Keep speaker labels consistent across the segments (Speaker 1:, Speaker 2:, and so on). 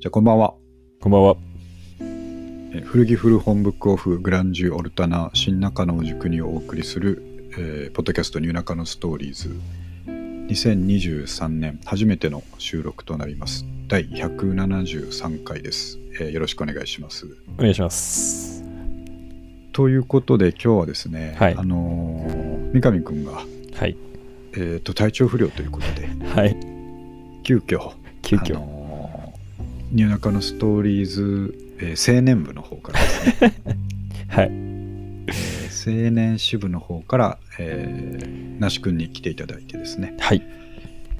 Speaker 1: じゃあこんばんは。
Speaker 2: こんばんは。
Speaker 1: え古着古本ブックオフグランジュオルタナ新中野を軸にお送りする、えーポッドキャストニューナカのストーリーズ2023年初めての収録となります第173回です、えーよろしくお願いします
Speaker 2: お願いします。
Speaker 1: ということで今日はですね、
Speaker 2: はい
Speaker 1: あのー三上くんが、
Speaker 2: はい。
Speaker 1: えー、と体調不良ということで
Speaker 2: はい。
Speaker 1: 急遽
Speaker 2: 急
Speaker 1: あ
Speaker 2: 遽。
Speaker 1: のーニューナカのストーリーズ、えー青年部の方からですね
Speaker 2: はい。
Speaker 1: 青年支部の方から、えー、那須君に来ていただいてですね、
Speaker 2: はい。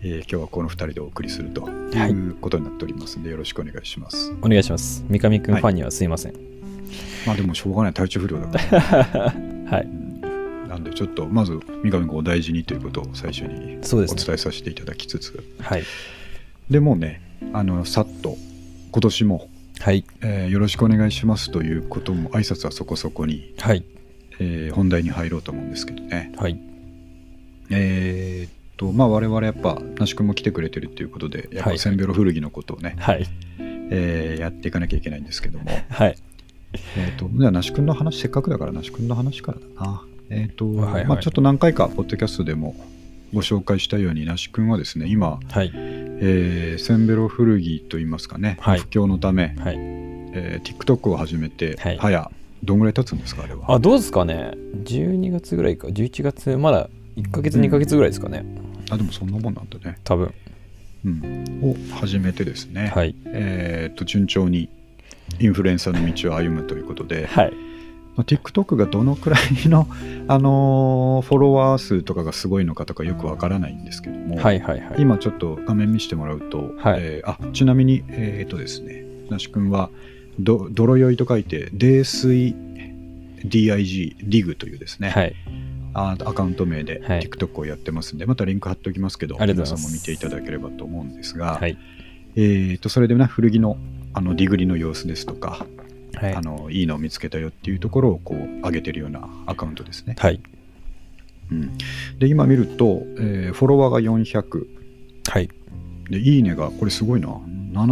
Speaker 1: えー今日はこの2人でお送りするということになっておりますので、よろしくお願いします。
Speaker 2: お願いします。三上くん
Speaker 1: はい
Speaker 2: ファンにはすいません。
Speaker 1: まあでもしょうがない体調不良だから、
Speaker 2: はい。
Speaker 1: うんなんでちょっとまず三上君お大事にということを最初に
Speaker 2: そう
Speaker 1: お
Speaker 2: ですね。
Speaker 1: 伝えさせていただきつつ、
Speaker 2: はい。
Speaker 1: でもうね、あのさっと今年も、
Speaker 2: はい。
Speaker 1: えーよろしくお願いしますということも挨拶はそこそこに、
Speaker 2: はい。
Speaker 1: えー本題に入ろうと思うんですけどね。
Speaker 2: はい。
Speaker 1: えーっとまあ我々やっぱ那須君も来てくれてるっていうことでやっ
Speaker 2: は
Speaker 1: ぱ
Speaker 2: い
Speaker 1: せんべろ古着のことをね、
Speaker 2: はい。
Speaker 1: えーやっていかなきゃいけないんですけども
Speaker 2: はい。
Speaker 1: えーっとじゃあ那須君の話せっかくだから那須君の話からだなえーっと、
Speaker 2: はいはい
Speaker 1: まあ、ちょっと何回かポッドキャストでもご紹介したように那須君はですね今、
Speaker 2: はい。
Speaker 1: えー、せんべろ古着といいますかね、
Speaker 2: はい
Speaker 1: 不況のため、
Speaker 2: はい。
Speaker 1: えー TikTok を始めて、
Speaker 2: はい
Speaker 1: はやどんぐらい経つんですかあれは
Speaker 2: あ、どうですかね ?12 月ぐらいか。11月、まだ1ヶ月、
Speaker 1: うん
Speaker 2: 2ヶ月ぐらいですかね。
Speaker 1: あでもそんなもんなんだね、
Speaker 2: 多分。
Speaker 1: うん、を始めてですね、
Speaker 2: はい。
Speaker 1: えー、と順調にインフルエンサーの道を歩むということで、
Speaker 2: はい。
Speaker 1: まあ TikTok がどのくらいの、 あのーフォロワー数とかがすごいのかとかよくわからないんですけども、
Speaker 2: はい。はい。はい。
Speaker 1: 今ちょっと画面見せてもらうと、
Speaker 2: はい
Speaker 1: えーあちなみに、えーとですね、那須君はど泥酔いと書いて、泥酔 DIG、リグというですね、
Speaker 2: はい。
Speaker 1: あアカウント名で
Speaker 2: はい
Speaker 1: TikTok をやってますんで、またリンク貼っておきますけど、
Speaker 2: ありが
Speaker 1: 皆
Speaker 2: とうござ
Speaker 1: さ
Speaker 2: いま
Speaker 1: ん
Speaker 2: す
Speaker 1: も見ていただければと思うんですが、
Speaker 2: はい。
Speaker 1: えー、とそれでね古着のあのディグリの様子ですとか、
Speaker 2: はい
Speaker 1: あ。のいいのを見つけたよっていうところをこう上げてるようなアカウントですね。
Speaker 2: はい。
Speaker 1: うん、で今見ると、えーフォロワーが400
Speaker 2: はい。
Speaker 1: でいいねがこれすごいな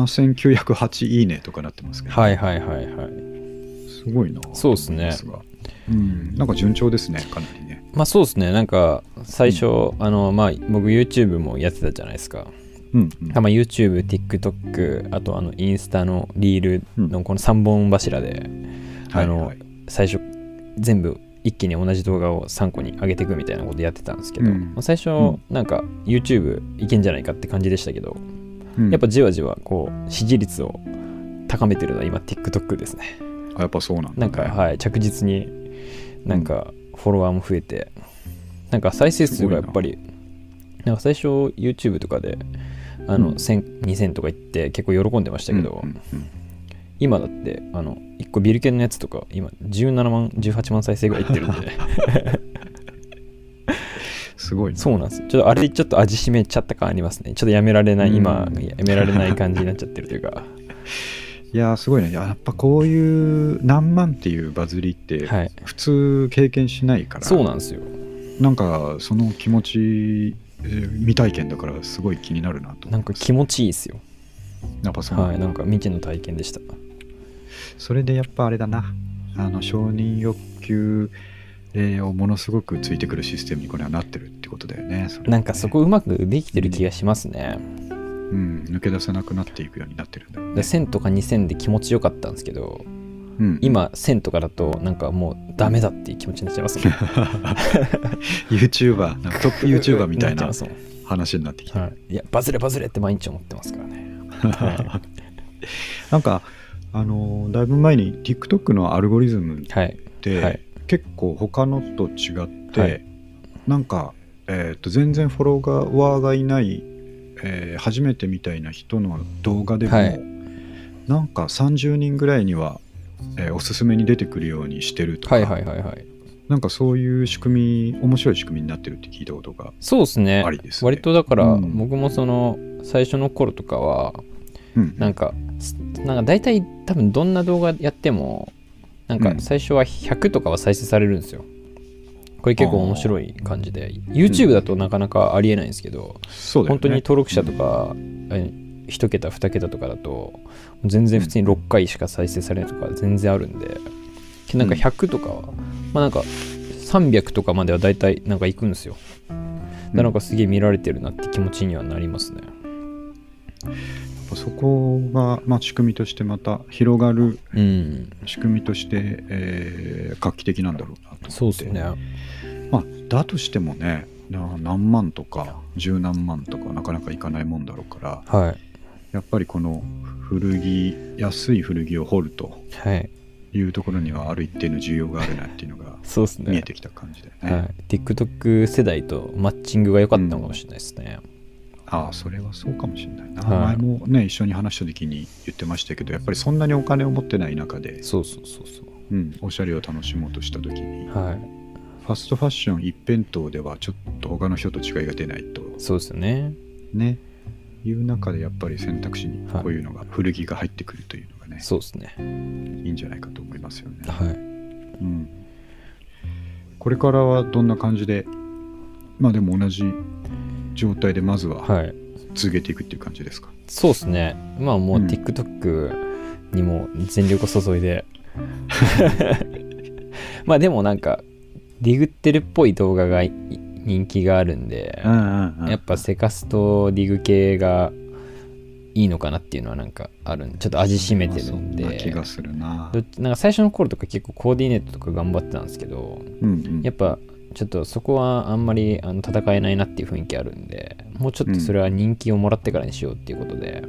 Speaker 1: 7908いいねとかなってますけど、
Speaker 2: はい。はい。はい。はい。
Speaker 1: すごいな
Speaker 2: そうですね
Speaker 1: と思いますがうん、なんか順調ですねかなりね。
Speaker 2: まあそうですね。なんか、最初、あの、まあ、僕 YouTube もやってたじゃないですか。
Speaker 1: うんうん
Speaker 2: あまあ、YouTube、TikTok、あとあのインスタのリールのこの3本柱で、あの
Speaker 1: はいはい
Speaker 2: 最初全部一気に同じ動画を3個に上げていくみたいなことやってたんですけど、
Speaker 1: うん
Speaker 2: まあ最初
Speaker 1: ん
Speaker 2: なんか YouTube いけんじゃないかって感じでしたけど、
Speaker 1: うん
Speaker 2: やっぱじわじわこう支持率を高めてるのは今 TikTok ですね。
Speaker 1: あやっぱそうなんだ、ね、
Speaker 2: なんか、はい、着実になんかフォロワーも増えて、なんか再生数がやっぱり、なんか最初 YouTube とかであ
Speaker 1: うん
Speaker 2: の1000、2000とか言って結構喜んでましたけど、
Speaker 1: うんうんうん
Speaker 2: 今だってあの1個ビルケンのやつとか今17万18万再生ぐらいいってるんで
Speaker 1: すごいな
Speaker 2: そうなんですちょっとあれちょっと味しめちゃった感ありますねちょっとやめられない、
Speaker 1: うん
Speaker 2: 今やめられない感じになっちゃってるというか
Speaker 1: いやーすごいねやっぱこういう何万って いうバズりって
Speaker 2: はい
Speaker 1: 普通経験しないから、
Speaker 2: そうなんですよ
Speaker 1: なんかその気持ち、えー未体験だからすごい気になるなと
Speaker 2: なんか気持ちいいですよ
Speaker 1: やっぱそ,、
Speaker 2: はいなんか未知の体験でした
Speaker 1: それでやっぱあれだなあの承認欲求えーをものすごくついてくるシステムにこれはなってるってことだよねれはね
Speaker 2: なんかそこうまくできてる気がしますね、
Speaker 1: うん、抜け出せなくなっていくようになってるんだよね
Speaker 2: で1000とか2000で気持ちよかったんですけど
Speaker 1: うん、
Speaker 2: 今1000とかだとなんかもうダメだっていう気持ちになっちゃいますね
Speaker 1: YouTuber なんか トップ YouTuber みたい
Speaker 2: っちゃ
Speaker 1: な
Speaker 2: ますもん
Speaker 1: 話になってきた
Speaker 2: はい、いやバズれバズれって毎日思ってますか らねは
Speaker 1: なんかあのーだいぶ前に TikTok のアルゴリズムっ
Speaker 2: はい
Speaker 1: て、
Speaker 2: はい
Speaker 1: 結構他のと違って、
Speaker 2: はい
Speaker 1: なんか、えー、と全然フォロワーがいない、えー初めてみたいな人の動画でも、
Speaker 2: はい
Speaker 1: なんか30人ぐらいには、えーおすすめに出てくるようにしてるとか、
Speaker 2: はいはいはいはい
Speaker 1: なんかそういう仕組み面白い仕組みになってるって聞いたことが、
Speaker 2: そうですね
Speaker 1: ありですね
Speaker 2: 割とだから、
Speaker 1: うん
Speaker 2: 僕もその最初の頃とかは
Speaker 1: うん
Speaker 2: なんかすなんか大体多分どんな動画やってもなん
Speaker 1: う
Speaker 2: か
Speaker 1: ん
Speaker 2: 最初は100とかは再生されるんですよこれ結構面白い感じで YouTube だとなかなかありえないんですけど、
Speaker 1: そうだよね
Speaker 2: 本当に登録者とか、え1桁2桁とかだと全然普通に6回しか再生されないとか全然あるんで、なんか100とかは、まあなんか300とかまでは大体なんか行くんですよ
Speaker 1: うん
Speaker 2: なんかすげえ見られてるなって気持ちにはなりますね
Speaker 1: そこが、まあ、仕組みとしてまた広がる
Speaker 2: うん
Speaker 1: 仕組みとして、えー画期的なんだろうなと思って
Speaker 2: そうですね
Speaker 1: まあ、だとしてもねな何万とか十何万とかなかなかいかないもんだろうから
Speaker 2: はい
Speaker 1: やっぱりこの古着安い古着を掘ると
Speaker 2: はい
Speaker 1: いうところにはある一定の需要があるなっていうのが
Speaker 2: そうですね
Speaker 1: 見えてきた感じだよね。
Speaker 2: はい、TikTok 世代とマッチングが良かったのかもしれないですね、
Speaker 1: ああそれはそうかもしれないな、
Speaker 2: は
Speaker 1: 前
Speaker 2: い
Speaker 1: もね一緒に話した時に言ってましたけどやっぱりそんなにお金を持ってない中で、
Speaker 2: そうそうそうそう
Speaker 1: うん、おしゃれを楽しもうとした時に、
Speaker 2: はい
Speaker 1: ファストファッション一辺倒ではちょっと他の人と違いが出ないと
Speaker 2: そうですよね
Speaker 1: ねいう中でやっぱり選択肢に
Speaker 2: はい
Speaker 1: こういうのが、古着が入ってくるというのがね
Speaker 2: そうですね
Speaker 1: いいんじゃないかと思いますよね、
Speaker 2: はい
Speaker 1: うん、これからはどんな感じでまあでも同じ状態でまずは
Speaker 2: はい
Speaker 1: 続けていくっていう感じですか、
Speaker 2: そうですねまあもううん TikTok にも全力を注いで まあでもなんかディグってるっぽい動画がい人気があるんで
Speaker 1: うんうんうん
Speaker 2: やっぱセカスとディグ系がいいのかなっていうのはなんかあるんでちょっと味しめてるんで、
Speaker 1: まあそな気がするな
Speaker 2: どっちなんか最初の頃とか結構コーディネートとか頑張ってたんですけど
Speaker 1: うんうん
Speaker 2: やっぱちょっとそこはあんまりあの戦えないなっていう雰囲気あるんでもうちょっとそれは人気をもらってからにしようっていうことで、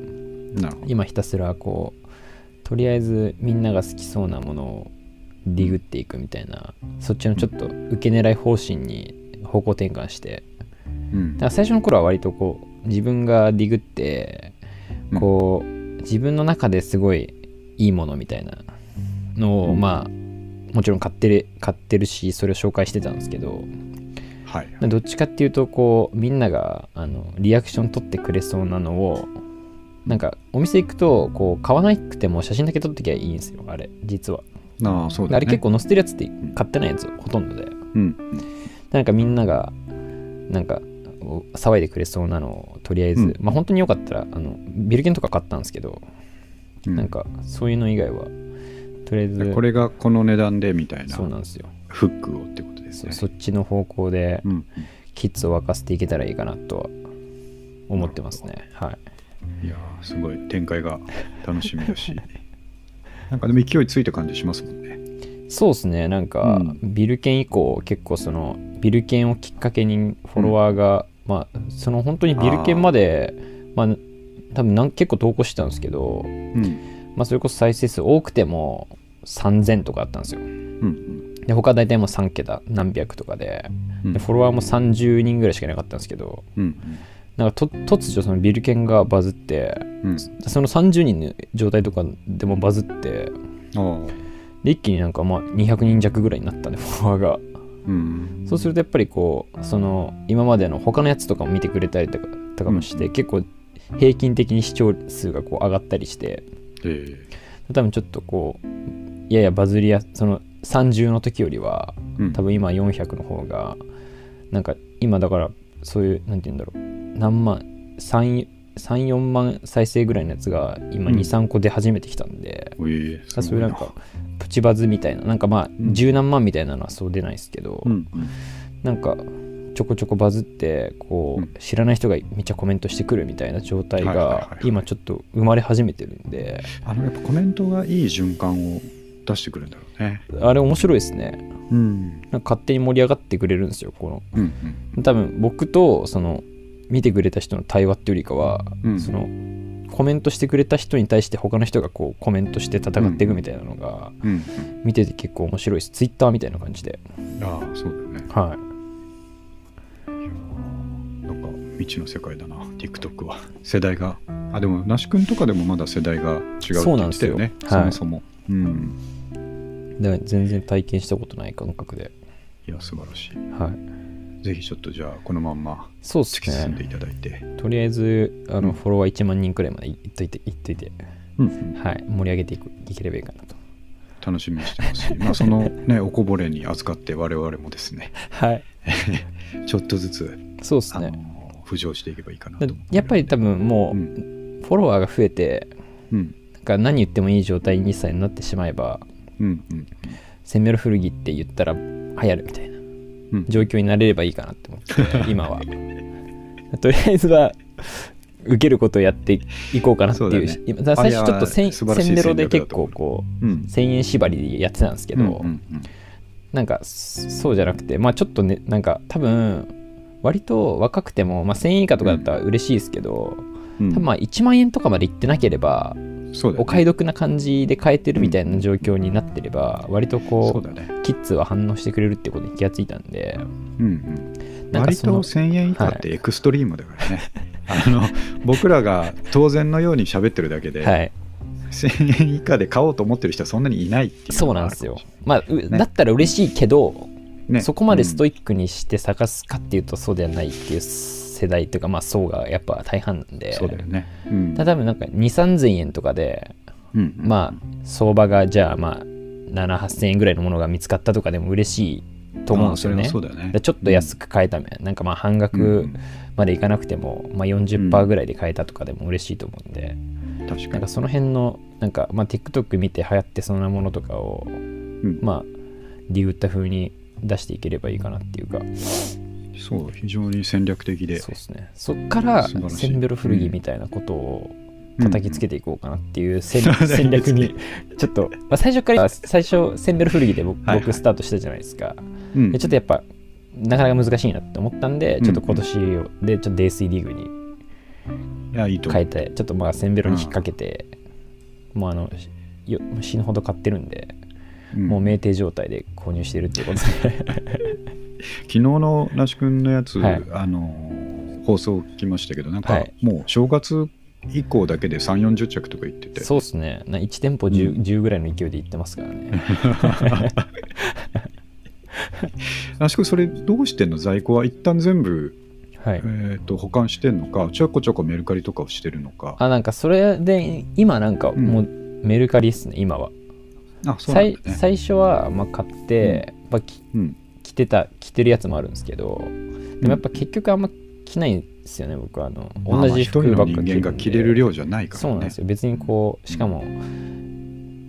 Speaker 1: なるほど
Speaker 2: 今ひたすらこうとりあえずみんなが好きそうなものをディグっていくみたいなそっちのちょっと受け狙い方針に方向転換して
Speaker 1: うん
Speaker 2: だから最初の頃は割とこう自分がディグって
Speaker 1: うん
Speaker 2: こう、自分の中ですごいいいものみたいなのを、
Speaker 1: うん
Speaker 2: まあもちろん買ってる買ってるしそれを紹介してたんですけど
Speaker 1: はい
Speaker 2: どっちかっていうとこうみんながあのリアクション取ってくれそうなのをなんかお店行くとこう買わなくても写真だけ撮ってきゃいいんですよあれ実は、
Speaker 1: なあそうだ、ね、
Speaker 2: あれ結構載せてるやつって買ってないやつほとんどで
Speaker 1: うん
Speaker 2: なんかみんながなんかお騒いでくれそうなのをとりあえず、
Speaker 1: うん
Speaker 2: まあ本当によかったらあのビルケンとか買ったんですけど、
Speaker 1: うん
Speaker 2: なんかそういうの以外はとりあえず
Speaker 1: これがこの値段でみたいな
Speaker 2: そうなんですよ、
Speaker 1: フックをってことです
Speaker 2: そ
Speaker 1: ね
Speaker 2: そっちの方向で
Speaker 1: うん
Speaker 2: キッズを沸かせていけたらいいかなとは思ってますねはい
Speaker 1: いやーすごい展開が楽しみだ しなんかでも勢いついた感じしますもんね
Speaker 2: そうですねなんか、
Speaker 1: う
Speaker 2: ビルケン以降結構そのビルケンをきっかけにフォロワーが、まあその本当にビルケンまでまあ多分なん結構投稿してたんですけど、
Speaker 1: うん
Speaker 2: まあ、それこそ再生数多くても3000とかあったんですよ
Speaker 1: うん
Speaker 2: で他大体もう3桁何百とかで
Speaker 1: うん
Speaker 2: でフォロワーも30人ぐらいしかいなかったんですけど
Speaker 1: うん
Speaker 2: なんかと突如そのビルケンがバズって
Speaker 1: うん
Speaker 2: その30人の状態とかでもバズって
Speaker 1: うんああ
Speaker 2: で一気になんかまあ200人弱ぐらいになったんでフォロワーが
Speaker 1: うん
Speaker 2: そうするとやっぱりこうその今までの他のやつとかも見てくれたりとかとかもして、
Speaker 1: う
Speaker 2: 結構平均的に視聴数がこう上がったりして
Speaker 1: え
Speaker 2: 多分ちょっとこうややバズりやその30の時よりは
Speaker 1: えうん
Speaker 2: 多分今400の方がなんか今だからそういうなんて言うんだろう何万34万再生ぐらいのやつが今
Speaker 1: うん
Speaker 2: 23個出始めてきたんで、
Speaker 1: ええ
Speaker 2: そういうなん
Speaker 1: すご
Speaker 2: かプチバズみたいななんかまあ
Speaker 1: ん
Speaker 2: 十何万みたいなのはそう出ないですけど、
Speaker 1: うん
Speaker 2: なんかちょこちょこバズってこう、
Speaker 1: うん
Speaker 2: 知らない人がめっちゃコメントしてくるみたいな状態
Speaker 1: はいはいはいは
Speaker 2: が
Speaker 1: い
Speaker 2: 今ちょっと生まれ始めてるんで
Speaker 1: あのやっぱコメントがいい循環を出してくるんだろうね
Speaker 2: あれ面白いですね
Speaker 1: うん
Speaker 2: なんか勝手に盛り上がってくれるんですよこ
Speaker 1: うんうん
Speaker 2: の多分僕とその見てくれた人の対話っていうよりかは、
Speaker 1: うん
Speaker 2: そのコメントしてくれた人に対して他の人がこうコメントして戦っていくみたいなのが
Speaker 1: うん
Speaker 2: 見てて結構面白いですツイッターみたいな感じで
Speaker 1: うんああそうだね
Speaker 2: はい
Speaker 1: やーなんか未知の世界だな TikTok は世代があでも那須君とかでもまだ世代が違うって
Speaker 2: そうな
Speaker 1: 言っ
Speaker 2: んで
Speaker 1: て
Speaker 2: す
Speaker 1: た
Speaker 2: よ
Speaker 1: よね
Speaker 2: はい
Speaker 1: もそもうん
Speaker 2: いだから全然体験したことない感覚で
Speaker 1: いや素晴らしい
Speaker 2: はい
Speaker 1: ぜひちょっとじゃあこのまんま
Speaker 2: そうっす
Speaker 1: 突き
Speaker 2: ね
Speaker 1: 進んでいただいて、
Speaker 2: とりあえずあの、
Speaker 1: うん
Speaker 2: フォロワー1万人くらいまでいっといていっといて、
Speaker 1: うん、
Speaker 2: はい、盛り上げていくいければいいかなと
Speaker 1: 楽しみにしてますし、 まあ、その、ね、おこぼれに扱って我々もですね
Speaker 2: はい
Speaker 1: ちょっとずつ、
Speaker 2: そうです
Speaker 1: あの
Speaker 2: ね
Speaker 1: 浮上していけばいいかな
Speaker 2: だ
Speaker 1: と思って
Speaker 2: やっぱり多分もう、
Speaker 1: うん
Speaker 2: フォロワーが増えて
Speaker 1: うん
Speaker 2: なんか何言ってもいい状態にさえなってしまえば
Speaker 1: うんうん
Speaker 2: セミョル古着って言ったら流行るみたいな
Speaker 1: うん
Speaker 2: 状況になれればいいかなって思っ て今はとりあえずは受けることをやっていこうかなっていう
Speaker 1: そうだね
Speaker 2: 今だから
Speaker 1: あ
Speaker 2: 最
Speaker 1: いや
Speaker 2: 初ちょっとせん
Speaker 1: 素晴らしい
Speaker 2: センデロで
Speaker 1: 戦略
Speaker 2: 結
Speaker 1: だと思う
Speaker 2: 構こう
Speaker 1: うん
Speaker 2: 1000円縛りでやってたんですけど、
Speaker 1: うんうん
Speaker 2: なんかそそうじゃなくてまあちょっとねなんか多分割と若くても、まあ、1000円以下とかだったら嬉しいですけど、
Speaker 1: うん
Speaker 2: 多分まあ1万円とかまでいってなければ、
Speaker 1: そうだ
Speaker 2: お
Speaker 1: よね
Speaker 2: 買い得な感じで買えてるみたいな状況になってれば、割と
Speaker 1: そ
Speaker 2: こ
Speaker 1: うだね
Speaker 2: うキッズは反応してくれるってことに気がついたんで
Speaker 1: うんうん
Speaker 2: なんか
Speaker 1: 割
Speaker 2: その
Speaker 1: と1000円以下ってエクストリームだから ね、あの僕らが当然のように喋ってるだけで、
Speaker 2: はい
Speaker 1: 1000円以下で買おうと思ってる人はそんなにいないっていうの
Speaker 2: そう
Speaker 1: が
Speaker 2: な
Speaker 1: あ
Speaker 2: ん
Speaker 1: る
Speaker 2: です
Speaker 1: かも
Speaker 2: よ
Speaker 1: しれない、
Speaker 2: まあうだったら嬉しいけど、
Speaker 1: ね
Speaker 2: そこまでストイックにして探すかっていうとそうではないっていう世代というかまあ層がやっぱ大半なん
Speaker 1: うん
Speaker 2: で
Speaker 1: そうだよね、うん
Speaker 2: ただ多分なんか2 3 0円とかで
Speaker 1: うんうん
Speaker 2: まあ相場がじゃあまあ78000円ぐらいのものが見つかったとかでも嬉しいと思うんですよ
Speaker 1: あ
Speaker 2: ね
Speaker 1: それはそうだよね
Speaker 2: でちょっと安く買えたみたいななんかまあ半額までいかなくても、まあ、40%ぐらいで買えたとかでも嬉しいと思うん
Speaker 1: う
Speaker 2: で、
Speaker 1: ん確
Speaker 2: な
Speaker 1: か
Speaker 2: ん
Speaker 1: に
Speaker 2: かその辺のなんか、まあ、TikTok 見て流行ってそうなものとかを、
Speaker 1: うん
Speaker 2: まあ理由った風に出していければいいかなっていうか
Speaker 1: そう非常に戦略的で
Speaker 2: そうですねそっから
Speaker 1: 素晴らしい
Speaker 2: センベロ古着みたいなことを叩きつけていこうかなっていう戦,、
Speaker 1: うんうん
Speaker 2: 戦略にちょっと、まあ、最初から最初センベロ古着で僕,、
Speaker 1: はいはい
Speaker 2: 僕スタートしたじゃないですか
Speaker 1: うんうん
Speaker 2: でちょっとやっぱなかなか難しいなって思ったんでちょっと今年をでちょっと泥水リーグに
Speaker 1: いやいいと思
Speaker 2: 変
Speaker 1: う
Speaker 2: えてちょっとまあせんべろに引っ掛けて、もうあのしよ死ぬほど買ってるんで、
Speaker 1: うん
Speaker 2: もう酩酊状態で購入してるっていうことで
Speaker 1: 昨日の那須君のやつ、
Speaker 2: はい
Speaker 1: あのー放送を聞きましたけどなん
Speaker 2: は
Speaker 1: か
Speaker 2: い
Speaker 1: もう正月以降だけで3 4 0着とか言って て
Speaker 2: そうっすねな1店舗 10,、
Speaker 1: うん
Speaker 2: 10ぐらいの勢いでいってますからね
Speaker 1: 那須君それどうしてんの在庫は一旦全部、
Speaker 2: はい
Speaker 1: えー、と保管してんのかちょこちょこメルカリとかをしてるのかあ
Speaker 2: あなんかそれで今なんか
Speaker 1: ん
Speaker 2: もうメルカリっすね今は、
Speaker 1: そうなん
Speaker 2: 最
Speaker 1: だね
Speaker 2: 最初はまあ買って、まあ、き
Speaker 1: うん
Speaker 2: 着てた着てるやつもあるんですけどでもやっぱ結局あんま着ないんですよね僕はあの
Speaker 1: まあまあ
Speaker 2: 同じ服ばっか
Speaker 1: 一人の人
Speaker 2: 着るん
Speaker 1: 間
Speaker 2: で
Speaker 1: が着れる量じゃないからね
Speaker 2: そうなんですよ別にこうしかも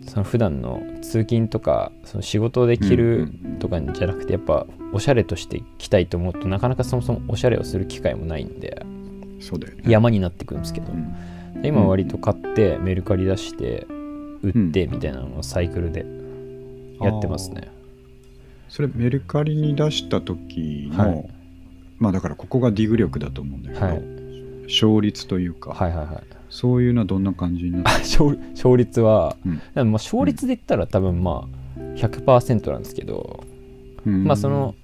Speaker 2: その普段の通勤とかその仕事で着
Speaker 1: う
Speaker 2: る
Speaker 1: んうんうん
Speaker 2: とかじゃなくてやっぱおしゃれとして着たいと思うとなかなかそもそもおしゃれをする機会もないんで
Speaker 1: そうだよね
Speaker 2: 山になってくるんですけど
Speaker 1: うん
Speaker 2: 今は割と買ってメルカリ出して売ってみたいなのをサイクルでやってますね
Speaker 1: それメルカリに出した時の、
Speaker 2: はい
Speaker 1: まあだからここがディグ力だと思うんだけど、
Speaker 2: はい
Speaker 1: 勝率というか、
Speaker 2: はいはいはい
Speaker 1: そういうのはどんな感じになって
Speaker 2: あ勝勝率は
Speaker 1: うん
Speaker 2: だからまあ勝率で言ったら多分まあ100%なんですけどまあその、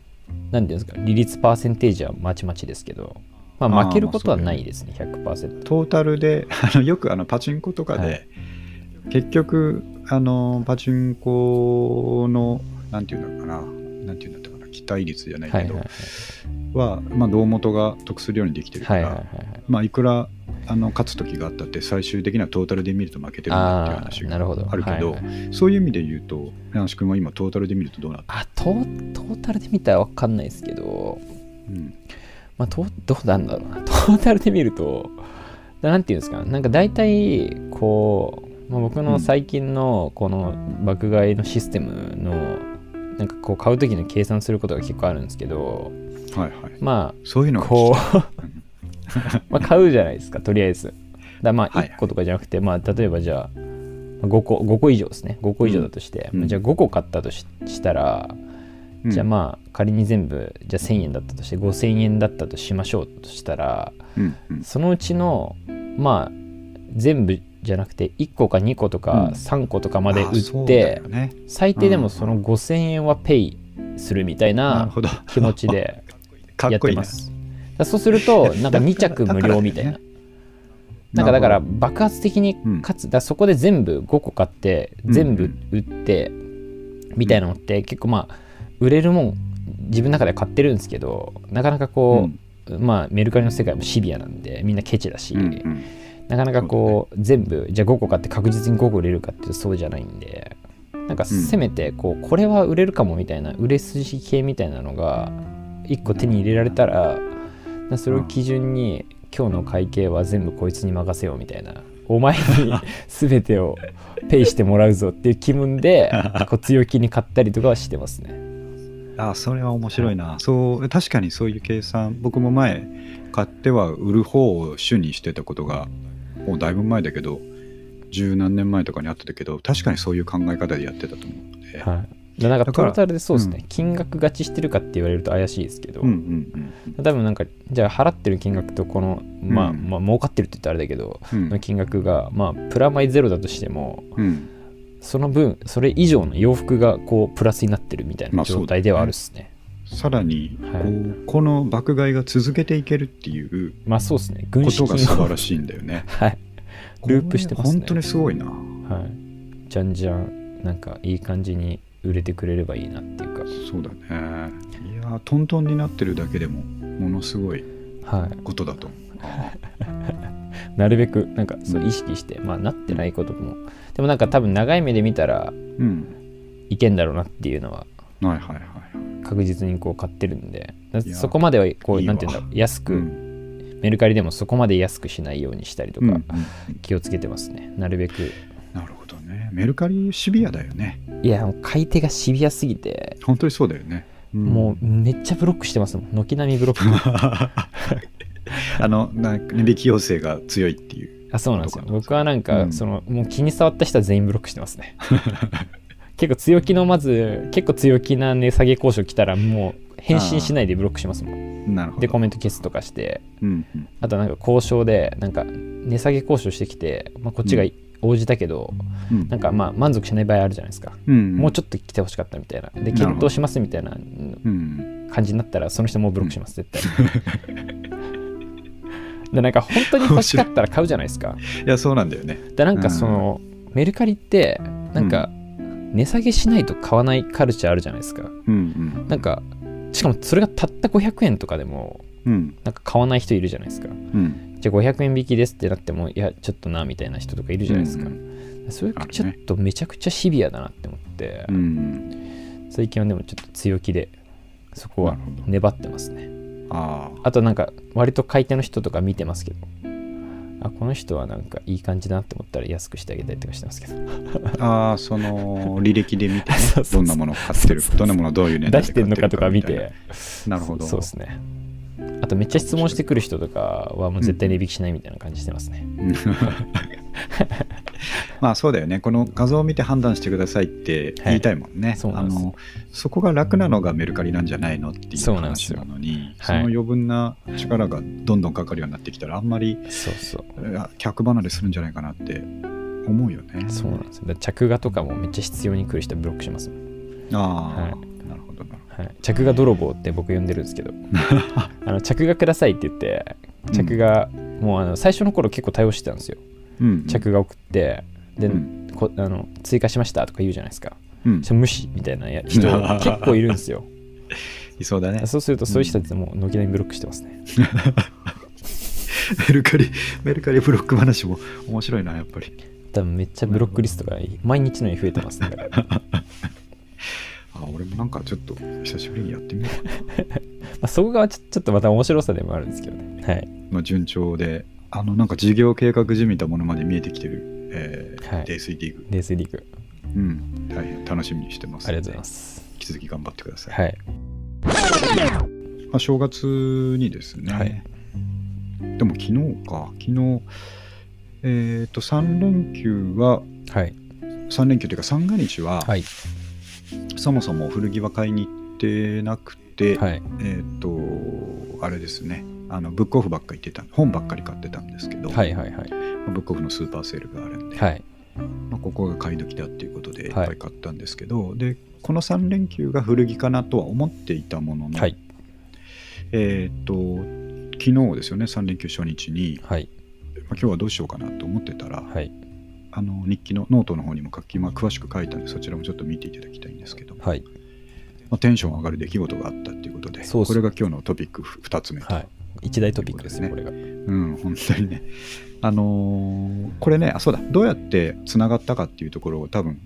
Speaker 2: なんていうんですか、利率パーセンテージはまちまちですけど、ま
Speaker 1: あ
Speaker 2: あ
Speaker 1: ー
Speaker 2: 負けることはないですね、100%。
Speaker 1: トータルで あのよくあのパチンコとかで、
Speaker 2: は
Speaker 1: 結局あのパチンコのなんていうんだかななんていうんだったかな期待率じゃない
Speaker 2: は
Speaker 1: け
Speaker 2: い
Speaker 1: ど
Speaker 2: はい
Speaker 1: は、
Speaker 2: はい
Speaker 1: まあ、胴元が得するようにできてるか
Speaker 2: はい
Speaker 1: ら、
Speaker 2: はいはい
Speaker 1: まあ、いくらあの勝つ時があったって最終的なトータルで見ると負けてるんだっていう
Speaker 2: あ
Speaker 1: 話
Speaker 2: あ、
Speaker 1: が
Speaker 2: なるほど。
Speaker 1: あるけど
Speaker 2: はいはい
Speaker 1: そういう意味で言うと柳橋君は今トータルで見るとどうなって
Speaker 2: あトー、トータルで見たら分かんないですけど、
Speaker 1: うん
Speaker 2: まあ、とどうなんだろうな、 トータルで見ると、なんていうんですか、なんか大体、こう、まあ、僕の最近のこの爆買いのシステムの、なんかこう買う時の計算することが結構あるんですけど
Speaker 1: はいはい
Speaker 2: まあ
Speaker 1: そういうのが
Speaker 2: こう
Speaker 1: うん
Speaker 2: まあ買うじゃないですかとりあえずだからまあ
Speaker 1: はいはい
Speaker 2: 1個とかじゃなくて、まあ例えばじゃあ5個5個以上ですね5個以上だとして、
Speaker 1: うん
Speaker 2: まあじゃあ5個買ったとししたら、
Speaker 1: うん
Speaker 2: じゃあまあ仮に全部じゃあ1000円だったとして5000円だったとしましょうとしたら
Speaker 1: うんうん
Speaker 2: そのうちのまあ全部じゃなくて1個か2個とか
Speaker 1: うん
Speaker 2: 3個とかまで
Speaker 1: あ
Speaker 2: 売
Speaker 1: そう
Speaker 2: っ
Speaker 1: だ
Speaker 2: て
Speaker 1: よ、ね
Speaker 2: 最低でもその5000円はペイするみたい
Speaker 1: なる
Speaker 2: な
Speaker 1: ほど
Speaker 2: 気 持ちで。
Speaker 1: か
Speaker 2: や
Speaker 1: っ
Speaker 2: っ
Speaker 1: こい
Speaker 2: て
Speaker 1: いね
Speaker 2: ます。だからそうすると、なんか2着無料みたいな。
Speaker 1: だ
Speaker 2: なん
Speaker 1: かだ
Speaker 2: からだ
Speaker 1: か
Speaker 2: からら
Speaker 1: ね
Speaker 2: 爆発的に勝つ、だからそこで全部5個買って、
Speaker 1: うん
Speaker 2: 全部売って、みたいなのって結構まあ、売れるもん、自分の中では買ってるんですけど、なかなかこう、まあメルカリの世界もシビアなんで、みんなケチだし、
Speaker 1: うんうん
Speaker 2: なかなかこう全部じゃあ5個買って確実に5個売れるかっていうとそうじゃないんでなんかせめてこうこれは売れるかもみたいな売れ筋系みたいなのが1個手に入れられたらそれを基準に今日の会計は全部こいつに任せようみたいなお前 に全てをペイしてもらうぞっていう気分 でこう強気に買ったりとかはしてますね
Speaker 1: あそれは面白いなそう確かにそういう計算僕も前買っては売る方を主にしてたことがもうだいぶ前だけど十何年前とかにあったけど確かにそういう考え方でやってたと思うので、
Speaker 2: はいだからなんか
Speaker 1: だ
Speaker 2: ト
Speaker 1: から
Speaker 2: ータルでそうですね、
Speaker 1: う
Speaker 2: 金額勝ちしてるかって言われると怪しいですけど、
Speaker 1: うんうん
Speaker 2: 多分なんかじゃあ払ってる金額とこのまあ、
Speaker 1: うん
Speaker 2: まあ儲かってるって言ったらあれだけど、
Speaker 1: うんう
Speaker 2: の
Speaker 1: ん
Speaker 2: 金額がまあプラマイゼロだとしても
Speaker 1: うん
Speaker 2: その分それ以上の洋服がこうプラスになってるみたい
Speaker 1: ま
Speaker 2: な
Speaker 1: あそうだね
Speaker 2: 状態ではあるっすね、
Speaker 1: さらにこ、
Speaker 2: はいう
Speaker 1: この爆買いが続けていけるっていう
Speaker 2: まあそうですね。軍
Speaker 1: こ
Speaker 2: 資
Speaker 1: と
Speaker 2: 金
Speaker 1: が
Speaker 2: を
Speaker 1: 素晴らしいんだよね
Speaker 2: はい。ループしてますね
Speaker 1: これ本当にすごいな
Speaker 2: はい。じゃんじゃん、なんかいい感じに売れてくれればいいなっていう
Speaker 1: そうだねいやートントンになってるだけでもものすごい
Speaker 2: か、はい。
Speaker 1: ことだと思
Speaker 2: なるべく、なんかそう意識して、まあなってないことも、でもなんか多分長い目で見たら
Speaker 1: ううん
Speaker 2: いけんだろうなっていうのは
Speaker 1: はいはいはい
Speaker 2: 確実にこう買ってるんで、だ
Speaker 1: いや
Speaker 2: そこまではこう、
Speaker 1: いいわ
Speaker 2: なんていうんだろう、安く、
Speaker 1: うん
Speaker 2: メルカリでもそこまで安くしないようにしたりと
Speaker 1: うんう
Speaker 2: か
Speaker 1: ん、
Speaker 2: 気をつけてますね。なるべく。
Speaker 1: なるほどねメルカリシビアだよね
Speaker 2: いや、もう買い手がシビアすぎて、
Speaker 1: 本当にそうだよね、ん
Speaker 2: もうめっちゃブロックしてますもん。軒並みブロック。
Speaker 1: あのな値引き要請が強いっていう
Speaker 2: あそうなんですよ
Speaker 1: とかなんです
Speaker 2: 僕はなんか、
Speaker 1: うん
Speaker 2: そのもう気に触った人は全員ブロックしてますね 結構強気のまず結構強気な値下げ交渉来たらもう返信しないでブロックしますもん
Speaker 1: なるほど
Speaker 2: でコメント消すとかして
Speaker 1: うんうん
Speaker 2: あとなんか交渉でなんか値下げ交渉してきて、まあ、こっちが
Speaker 1: うん
Speaker 2: 応じたけど、
Speaker 1: うん
Speaker 2: なんかまあ満足しない場合あるじゃないですか、
Speaker 1: うん
Speaker 2: もう
Speaker 1: ょ
Speaker 2: ちょっと来てほしかったみたいな
Speaker 1: なる
Speaker 2: で
Speaker 1: ほど
Speaker 2: 検討しますみたいな
Speaker 1: うん
Speaker 2: 感じになったらその人もうブロックします絶対でなんか本当に欲しかったら買うじゃないですか
Speaker 1: いやそうなんだよね
Speaker 2: だなんかその、メルカリってなんか、値下げしないと買わないカルチャーあるじゃないですか
Speaker 1: うんうん
Speaker 2: なんかしかもそれがたった500円とかでも
Speaker 1: うん
Speaker 2: なんか買わない人いるじゃないですか
Speaker 1: うん
Speaker 2: じゃあ500円引きですってなってもいやちょっとなみたいな人とかいるじゃないですか、
Speaker 1: うん
Speaker 2: それ
Speaker 1: あるね
Speaker 2: ちょっとめちゃくちゃシビアだなって思って、
Speaker 1: うん
Speaker 2: 最近はでもちょっと強気でそこは
Speaker 1: なるほど
Speaker 2: 粘ってますね
Speaker 1: あ
Speaker 2: あとなんか割と買い手の人とか見てますけどあこの人はなんかいい感じだなって思ったら安くしてあげたりとかしてますけど
Speaker 1: ーあーその履歴で見てね
Speaker 2: そうそ
Speaker 1: どん
Speaker 2: うそう
Speaker 1: なものを買ってる
Speaker 2: そうそうそ
Speaker 1: ど
Speaker 2: うん
Speaker 1: なものをどういう値段
Speaker 2: 出
Speaker 1: で
Speaker 2: し
Speaker 1: 買
Speaker 2: て
Speaker 1: っ
Speaker 2: ん
Speaker 1: て
Speaker 2: の
Speaker 1: る
Speaker 2: かとか見
Speaker 1: みたい
Speaker 2: て
Speaker 1: ななるほど
Speaker 2: そうですねあとめっちゃ質問してくる人とかはもう絶対値引きしないみたいな感じしてますね、
Speaker 1: うん まあそうだよねこの画像を見て判断してくださいって言いたいもんね、
Speaker 2: はいそう
Speaker 1: あ
Speaker 2: なんです
Speaker 1: のそこが楽なのがメルカリなんじゃないのっていう
Speaker 2: そうなんで
Speaker 1: 話
Speaker 2: すよ
Speaker 1: なのにそ
Speaker 2: はい
Speaker 1: の余分な力がどんどんかかるようになってきたらあんまり
Speaker 2: そうそう
Speaker 1: あ客離れするんじゃないかなって思うよね
Speaker 2: そうなんですよだから着画とかもめっちゃ必要に来る人はブロックしますもん、
Speaker 1: ああ、
Speaker 2: は
Speaker 1: なるほどなる
Speaker 2: はい、着画泥棒って僕呼んでるんですけ どあの着画くださいって言って着画、もうあの最初の頃結構対応してたんですよ
Speaker 1: ほど、うん、
Speaker 2: 着画送ってで、
Speaker 1: うん
Speaker 2: こあの追加しましたとか言うじゃないですか
Speaker 1: うん
Speaker 2: ちょ無視みたいなや人 結構いるんですよ
Speaker 1: いそうだね
Speaker 2: そうするとそういう人たちもう軒並みブロックしてますね
Speaker 1: メルカリメルカリブロック話も面白いなやっぱり
Speaker 2: 多分めっちゃブロックリストが毎日のように増えてま すねま
Speaker 1: あ俺もなんかちょっと久しぶりにやってみよう かな、
Speaker 2: あそこがちょちょっとまた面白さでもあるんですけどねはい
Speaker 1: まあ、順調であのなんか事業計画じみたものまで見えてきてる、えー
Speaker 2: はい
Speaker 1: デイスイリーグ、
Speaker 2: レースリーグ
Speaker 1: うん、大変楽しみにしてます
Speaker 2: ありがとうございます
Speaker 1: 引き続き頑張ってください、
Speaker 2: はい
Speaker 1: まあ、正月にですね、
Speaker 2: はい
Speaker 1: でも昨日か昨日えっ、と3連休は
Speaker 2: はい
Speaker 1: 3連休というか三が日は、
Speaker 2: はい
Speaker 1: そもそも古着は買いに行ってなくて、
Speaker 2: はい
Speaker 1: えーっ、と、あれですね、あのブックオフばっかり行ってた、本ばっかり買ってたんですけど、
Speaker 2: はいはいはい
Speaker 1: ブックオフのスーパーセールがあるんで、
Speaker 2: はい
Speaker 1: まあ、ここが買い時だっていうことで、いっ
Speaker 2: はい
Speaker 1: ぱい買ったんですけど、で、この3連休が古着かなとは思っていたものの、
Speaker 2: はい
Speaker 1: えーっ、と、昨日ですよね、3連休初日に、
Speaker 2: はい
Speaker 1: まあ、今日はどうしようかなと思ってたら、
Speaker 2: はい
Speaker 1: あの日記のノートの方にも書き、まあ、詳しく書いたんで、そちらもちょっと見ていただきたいんですけど、
Speaker 2: はい
Speaker 1: まあ、テンション上がる出来事があったっていうことで、
Speaker 2: そうそ
Speaker 1: これ
Speaker 2: う
Speaker 1: が今日のトピック2つ目と。
Speaker 2: はい一大トピックですね
Speaker 1: と
Speaker 2: これが
Speaker 1: うん、本当にね。あのーこれね、あ、そうだ、どうやってつながったかっていうところを多分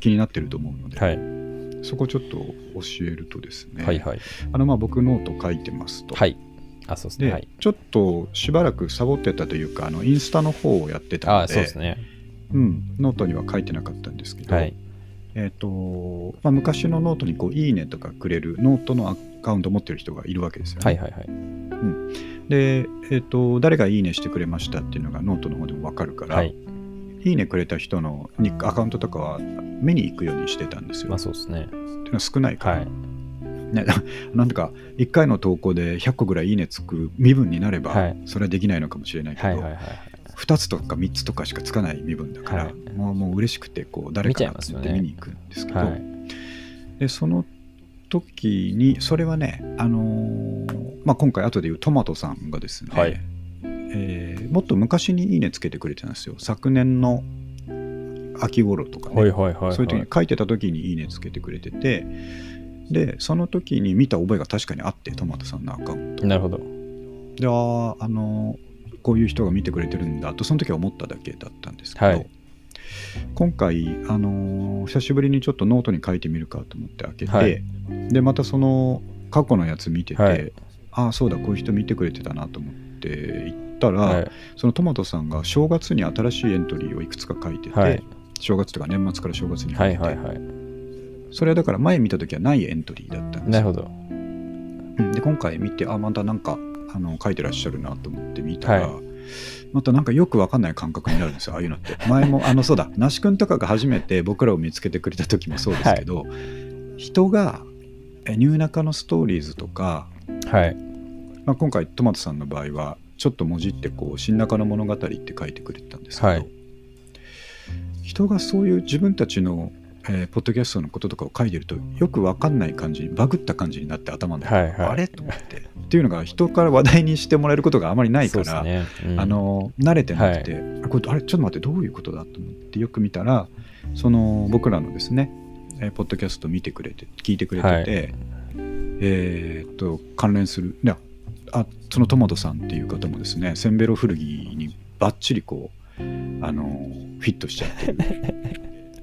Speaker 1: 気になってると思うので、
Speaker 2: はい
Speaker 1: そこちょっと教えるとですね、
Speaker 2: はいはい
Speaker 1: あのまあ僕ノート書いてますと、
Speaker 2: はいあ、そうですね。
Speaker 1: で、
Speaker 2: はい。
Speaker 1: ちょっとしばらくサボってたというかあのインスタの方をやってた
Speaker 2: あ
Speaker 1: ので
Speaker 2: そうですね。
Speaker 1: うん、ノートには書いてなかったんですけど、
Speaker 2: はい。
Speaker 1: えーとまあ、昔のノートにこう「いいね」とかくれるノートのアカウントを持ってる人がいるわけですよね。
Speaker 2: はいはいはい。
Speaker 1: で、えーと、誰が「いいね」してくれましたっていうのがノートの方でも分かるから、
Speaker 2: はいい、。
Speaker 1: いねくれた人のニックアカウントとかは目に行くようにしてたんですよ。
Speaker 2: まあそうですね。
Speaker 1: っていうのは少ないから、
Speaker 2: はい。
Speaker 1: ね、 なんとか1回の投稿で100個ぐらい「いいね」つく身分になれば、
Speaker 2: はい
Speaker 1: それはできないのかもしれないけど、
Speaker 2: はいはいはいはい。
Speaker 1: 2つとか3つとかしかつかない身分だから、
Speaker 2: はい
Speaker 1: もうもう嬉しくてこう誰かなって言って見
Speaker 2: 見
Speaker 1: に行くんですけど。
Speaker 2: はい。
Speaker 1: でその時にそれはね、あのーまあ、今回後で言うトマトさんがですね、
Speaker 2: はい
Speaker 1: えーもっと昔に「いいね」つけてくれてたんですよ昨年の秋頃とかね、
Speaker 2: はいはいはいはい。
Speaker 1: そういう時に書いてた時に「いいね」つけてくれててでその時に見た覚えが確かにあってトマトさんのアカウント
Speaker 2: なるほど。
Speaker 1: であーあのーこういう人が見てくれてるんだとその時は思っただけだったんですけど、
Speaker 2: はい
Speaker 1: 今回、あのー久しぶりにちょっとノートに書いてみるかと思って開けて、
Speaker 2: はい
Speaker 1: でまたその過去のやつ見てて、
Speaker 2: はい
Speaker 1: ああそうだこういう人見てくれてたなと思って行ったら、
Speaker 2: はい。
Speaker 1: そのトマトさんが正月に新しいエントリーをいくつか書いてて、
Speaker 2: はい
Speaker 1: 正月とか年末から正月に書
Speaker 2: はいい
Speaker 1: てて、
Speaker 2: はいはい。
Speaker 1: それはだから前見た時はないエントリーだったんです
Speaker 2: な
Speaker 1: よ
Speaker 2: るほど。
Speaker 1: うんで今回見てあまたなんかあの書いてらっしゃるなと思って見たら、またなんかよくわかんない感覚になるんですよああいうのって前もあのそうだ那須君とかが初めて僕らを見つけてくれた時もそうですけど、人がえニューナカのストーリーズとか、
Speaker 2: はい。
Speaker 1: まあ、今回トマトさんの場合はちょっと文字ってこう「新中の物語」って書いてくれてたんですけど、
Speaker 2: はい
Speaker 1: 人がそういう自分たちの、えーポッドキャストのこととかを書いてるとよくわかんない感じにバグった感じになって頭の中で、
Speaker 2: はいはい
Speaker 1: あれと思ってっていうのが人から話題にしてもらえることがあまりない
Speaker 2: そ
Speaker 1: か
Speaker 2: うで
Speaker 1: ら、
Speaker 2: すね。うん
Speaker 1: あ、の慣れてなくて、あこれあれちょっと待ってどういうことだと思ってよく見たらその僕らのですね、えーポッドキャスト見てくれて聞いてくれてて、
Speaker 2: はい
Speaker 1: えーっと関連するいやあそのトマトさんっていう方もですねセンベロ古着にばっちりこうあのフィットしちゃってるの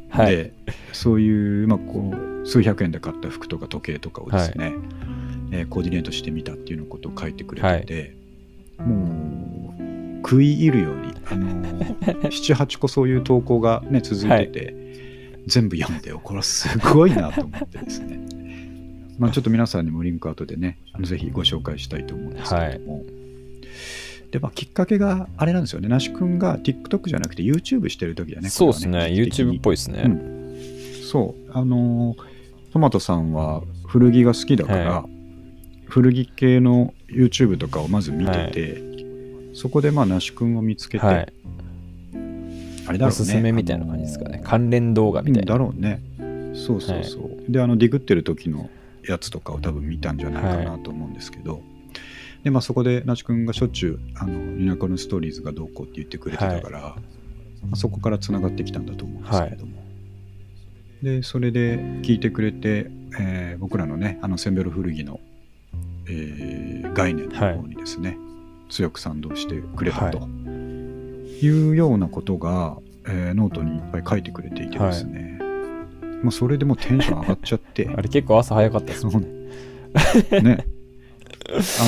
Speaker 2: は
Speaker 1: で、
Speaker 2: い。
Speaker 1: そういう,、まあ、こう数百円で買った服とか時計とかをですね、えーコーディネートしてみたっていうのことを書いてくれてて、もう食い入るように、あの78 個そういう投稿が、ね、続いてて、全部読んでよこれはすごいなと思ってですね。まあ、ちょっと皆さんにもリンク後でねあのぜひご紹介したいと思うんですけれども、でまあ、きっかけがあれなんですよね那須君が TikTok じゃなくて YouTube してる時だね
Speaker 2: そうです
Speaker 1: こ
Speaker 2: ね。
Speaker 1: れは時期的に
Speaker 2: YouTube っぽいですね。
Speaker 1: うんそうあのートマトさんは古着が好きだから、
Speaker 2: は
Speaker 1: 古着系の YouTube とかをまず見てて、そこでまあ那須君を見つけて、
Speaker 2: はい。
Speaker 1: あれだろうね
Speaker 2: おすすめみたいな感じですかね。関連動画
Speaker 1: あのー
Speaker 2: みたい
Speaker 1: だ
Speaker 2: な。
Speaker 1: ろうねそうそうそう、であのディグってる時のやつとかを多分見たんじゃないかなと思うんですけど、でまあ、そこで那須君がしょっちゅう「あのユナコのストーリーズがどうこう」って言ってくれてたから、まあそこからつながってきたんだと思うんですけれども、でそれで聞いてくれて、えー僕らのねあのセンベロ古着の、えー概念の方にですね、強く賛同してくれたと、い、うようなことが、えーノートにいっぱい書いてくれていてですね、まあ、それでもうテンション上がっちゃって
Speaker 2: あれ結構朝早かったです
Speaker 1: そ。うね。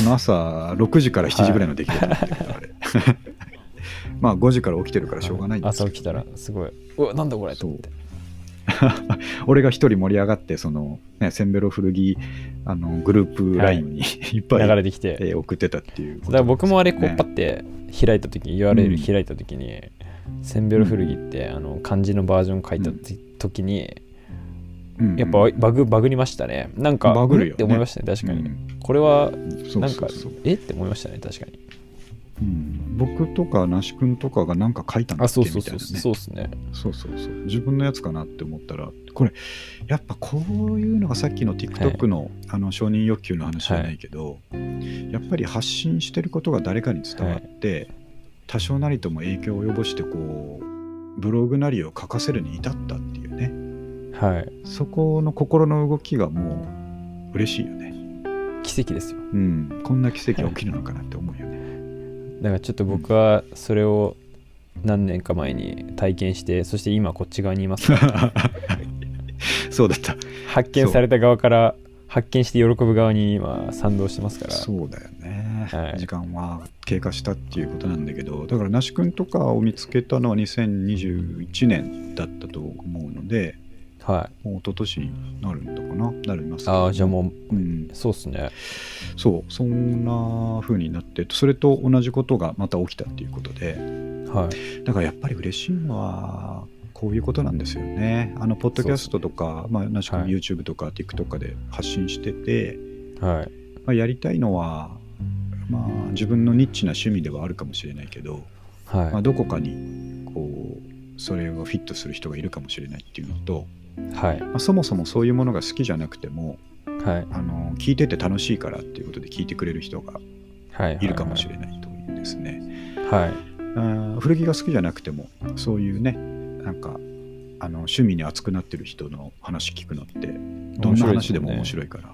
Speaker 1: あの朝6時から7時ぐらいの出来事だったけど、あれ。 まあ5時から起きてるからしょうがないんです
Speaker 2: 朝
Speaker 1: けど、
Speaker 2: 起きたら、すごい。うわ、なんだこれと思って。
Speaker 1: 俺が一人盛り上がって、その、ね、センベロ古着あのグループラインに、 い、っぱい
Speaker 2: 流れてきて。
Speaker 1: えー送ってたっていうこ
Speaker 2: だ
Speaker 1: と
Speaker 2: から僕もあれこ
Speaker 1: ね
Speaker 2: うパッて開いた時、
Speaker 1: うん
Speaker 2: URL 開いた時に、センベロ古着ってあの漢字のバージョン書いた時時に、
Speaker 1: うん
Speaker 2: やっぱバグバグりましたねなんか
Speaker 1: バグるよね
Speaker 2: うんって思いましたね確かに、
Speaker 1: うん
Speaker 2: これは
Speaker 1: そう
Speaker 2: なん
Speaker 1: そ
Speaker 2: か
Speaker 1: うそう、
Speaker 2: えって思いましたね確かに
Speaker 1: うん僕とか那須君とかが何か書いたんだ
Speaker 2: あ
Speaker 1: っけ
Speaker 2: そう
Speaker 1: みた
Speaker 2: そ
Speaker 1: いうな
Speaker 2: そう
Speaker 1: ね
Speaker 2: そうですね
Speaker 1: そうそうそう自分のやつかなって思ったらこれやっぱこういうのがさっきの TikTok の,、あの承認欲求の話じゃないけど、やっぱり発信してることが誰かに伝わって、多少なりとも影響を及ぼしてこうブログなりを書かせるに至ったっていうね
Speaker 2: はい
Speaker 1: そこの心の動きがもう嬉しいよね、
Speaker 2: 奇跡ですよ
Speaker 1: うん、こんな奇跡が起きるのかなって思うよね、
Speaker 2: だからちょっと僕はそれを何年か前に体験してそして今こっち側にいます
Speaker 1: そうだった
Speaker 2: 発見された側から発見して喜ぶ側に今賛同してますから
Speaker 1: そうだよね
Speaker 2: はい
Speaker 1: 時間は経過したっていうことなんだけどだから那須君とかを見つけたのは2021年だったと思うので
Speaker 2: はい。
Speaker 1: もう一昨年になるのかななりますか
Speaker 2: ああ、じゃあも
Speaker 1: うん
Speaker 2: う、そうっすね。
Speaker 1: そうそんな風になってそれと同じことがまた起きたっていうことで
Speaker 2: はい。
Speaker 1: だからやっぱり嬉しいのはこういうことなんですよねあのポッドキャストとか、まあ、なしくも
Speaker 2: はい
Speaker 1: YouTube とか TikTok で発信してて、
Speaker 2: はい。
Speaker 1: まあ、やりたいのは、まあ、自分のニッチな趣味ではあるかもしれないけど、ま
Speaker 2: は
Speaker 1: あ、どこかにこうそれをフィットする人がいるかもしれないっていうのと、
Speaker 2: い。はい。
Speaker 1: まあ、そもそもそういうものが好きじゃなくても
Speaker 2: はい。
Speaker 1: あの聞いてて楽しいからっていうことで聞いてくれる人が
Speaker 2: はい。
Speaker 1: いるかもし
Speaker 2: れ
Speaker 1: れないというですね、
Speaker 2: ない。はい。
Speaker 1: あー古着が好きじゃなくてもそういうねなんかあの趣味に熱くなってる人の話聞くのってどんな話でも面白いから
Speaker 2: い。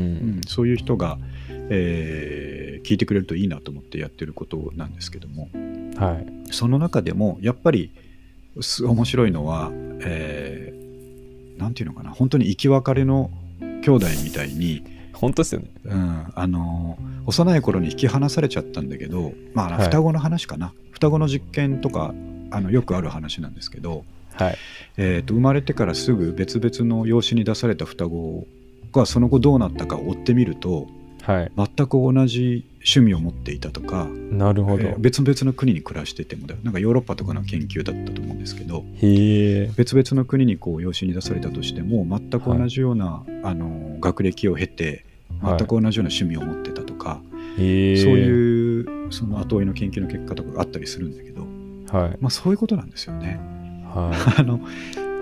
Speaker 1: うん
Speaker 2: ん。
Speaker 1: そういう人が、えー聞いてくれるといいなと思ってやってることなんですけども
Speaker 2: はい。
Speaker 1: その中でもやっぱりす面白いのは、えーなんていうのかな本当に生き別れの兄弟みたいに、
Speaker 2: 本当っすよね。
Speaker 1: うん、あの幼い頃に引き離されちゃったんだけど、まあ、
Speaker 2: はい
Speaker 1: 双子の話かな、双子の実験とかあのよくある話なんですけど、
Speaker 2: はい。
Speaker 1: えー、と生まれてからすぐ別々の養子に出された双子がその後どうなったかを追ってみると
Speaker 2: はい。
Speaker 1: 全く同じ趣味を持っていたとか、
Speaker 2: なるほど。
Speaker 1: えー別々の国に暮らしててもだよなんかヨーロッパとかの研究だったと思うんですけど
Speaker 2: へえ。
Speaker 1: 別々の国にこう養子に出されたとしても全く同じような、あの学歴を経て
Speaker 2: は
Speaker 1: 全
Speaker 2: い
Speaker 1: く同じような趣味を持ってたとか、
Speaker 2: へえ。
Speaker 1: そういうその後追いの研究の結果とかがあったりするんだけど、
Speaker 2: はい。
Speaker 1: まあ、そういうことなんですよね。
Speaker 2: は
Speaker 1: あの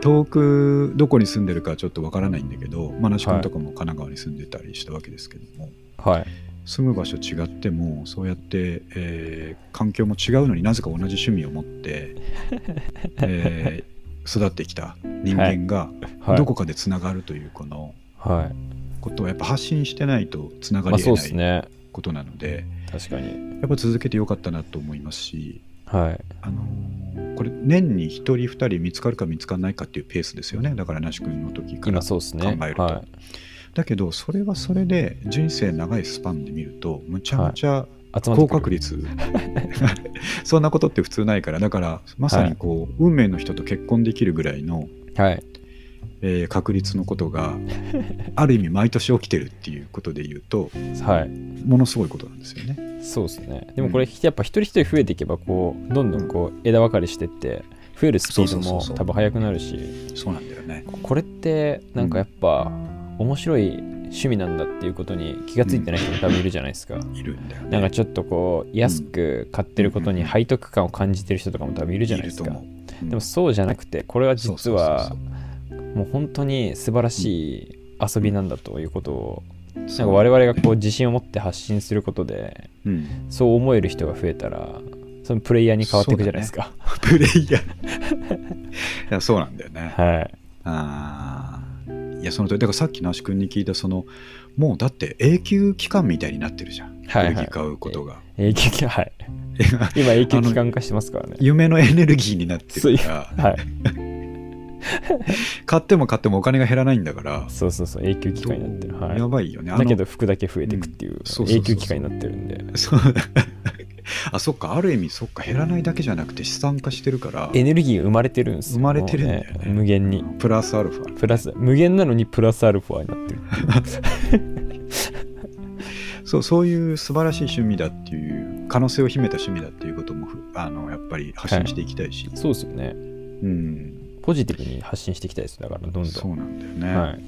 Speaker 1: 遠くどこに住んでるかちょっとわからないんだけど、まあ、那須君とかも神奈川に住んでたりしたわけですけども、
Speaker 2: い。はい。
Speaker 1: 住む場所違ってもそうやって、えー環境も違うのになぜか同じ趣味を持って、 えー育ってきた人間が
Speaker 2: はい。
Speaker 1: どこかでつながるというこの
Speaker 2: はい。
Speaker 1: ことをやっぱ発信してないとつなが
Speaker 2: まあ
Speaker 1: り
Speaker 2: そうっ
Speaker 1: 得
Speaker 2: す
Speaker 1: ない
Speaker 2: ね。
Speaker 1: ことなので、
Speaker 2: 確かに。
Speaker 1: やっぱ続けてよかったなと思いますし、
Speaker 2: はい。
Speaker 1: あのーこれ年に1人2人見つかるか見つからないかっていうペースですよねだから那須君の時から
Speaker 2: 今そうっすね。
Speaker 1: 考えると
Speaker 2: は
Speaker 1: だけどそれはそれで人生長いスパンで見るとむちゃむちゃ
Speaker 2: い。集まってく
Speaker 1: 高
Speaker 2: る
Speaker 1: 確率、 そんなことって普通ないからだからまさにこう、運命の人と結婚できるぐらいの、
Speaker 2: はい。
Speaker 1: えー確率のことがある意味毎年起きてるっていうことで言うと
Speaker 2: はい。
Speaker 1: ものすごいことなんですよね。
Speaker 2: そうですね。でもこれ、やっぱ一人一人増えていけば、こう、どんどんこう、枝分かれしてって、増えるスピード
Speaker 1: そうそう
Speaker 2: も
Speaker 1: そうそう
Speaker 2: 多分速くなるし、
Speaker 1: そうなんだよね。
Speaker 2: これって、なんかやっぱ、面白い趣味なんだっていうことに気がついてない人も多分いるじゃないですか。
Speaker 1: いるんだよね。
Speaker 2: なんかちょっとこう、安く買ってることに背徳感を感じてる人とかも多分いるじゃないです
Speaker 1: いる
Speaker 2: か
Speaker 1: と。思ううん
Speaker 2: でもそうじゃなくて、これは実は
Speaker 1: そうそう、
Speaker 2: もう本当に素晴らしい遊びなんだということを、
Speaker 1: そうそう
Speaker 2: なんか我々がこう自信を持って発信することで
Speaker 1: うん
Speaker 2: そう思える人が増えたらそのプレイヤーに変わっていくじゃないですか、
Speaker 1: プレイヤーいやそうなんだよね、
Speaker 2: はい
Speaker 1: あーいやその通りだからさっきの足君に聞いたそのもうだって永久期間みたいになってるじゃん
Speaker 2: はいはい
Speaker 1: 古着買うことが
Speaker 2: 永久期はい今永久期間化してますからね
Speaker 1: 夢のエネルギーになってるから
Speaker 2: はい
Speaker 1: 買っても買ってもお金が減らないんだから
Speaker 2: そうそうそう永久期間になってる、
Speaker 1: どう
Speaker 2: はい
Speaker 1: や、ばいよねあの
Speaker 2: だけど服だけ増えていくっていう
Speaker 1: うんそうそうそうそう
Speaker 2: 永久期間になってるんで
Speaker 1: そう あそっかある意味そっか減らないだけじゃなくて資産化してるから
Speaker 2: エネルギーが生まれてるんですよ
Speaker 1: 生まれてるんだよね
Speaker 2: もう無限に
Speaker 1: プラスアルファ
Speaker 2: プラス無限なのにプラスアルファになってる
Speaker 1: そうそういう素晴らしい趣味だっていう可能性を秘めた趣味だっていうこともふあのやっぱり発信していきたいし、
Speaker 2: そうですよね
Speaker 1: うん
Speaker 2: ポジティブに発信していきたいですだからどんどん
Speaker 1: そうなんだよね、
Speaker 2: はい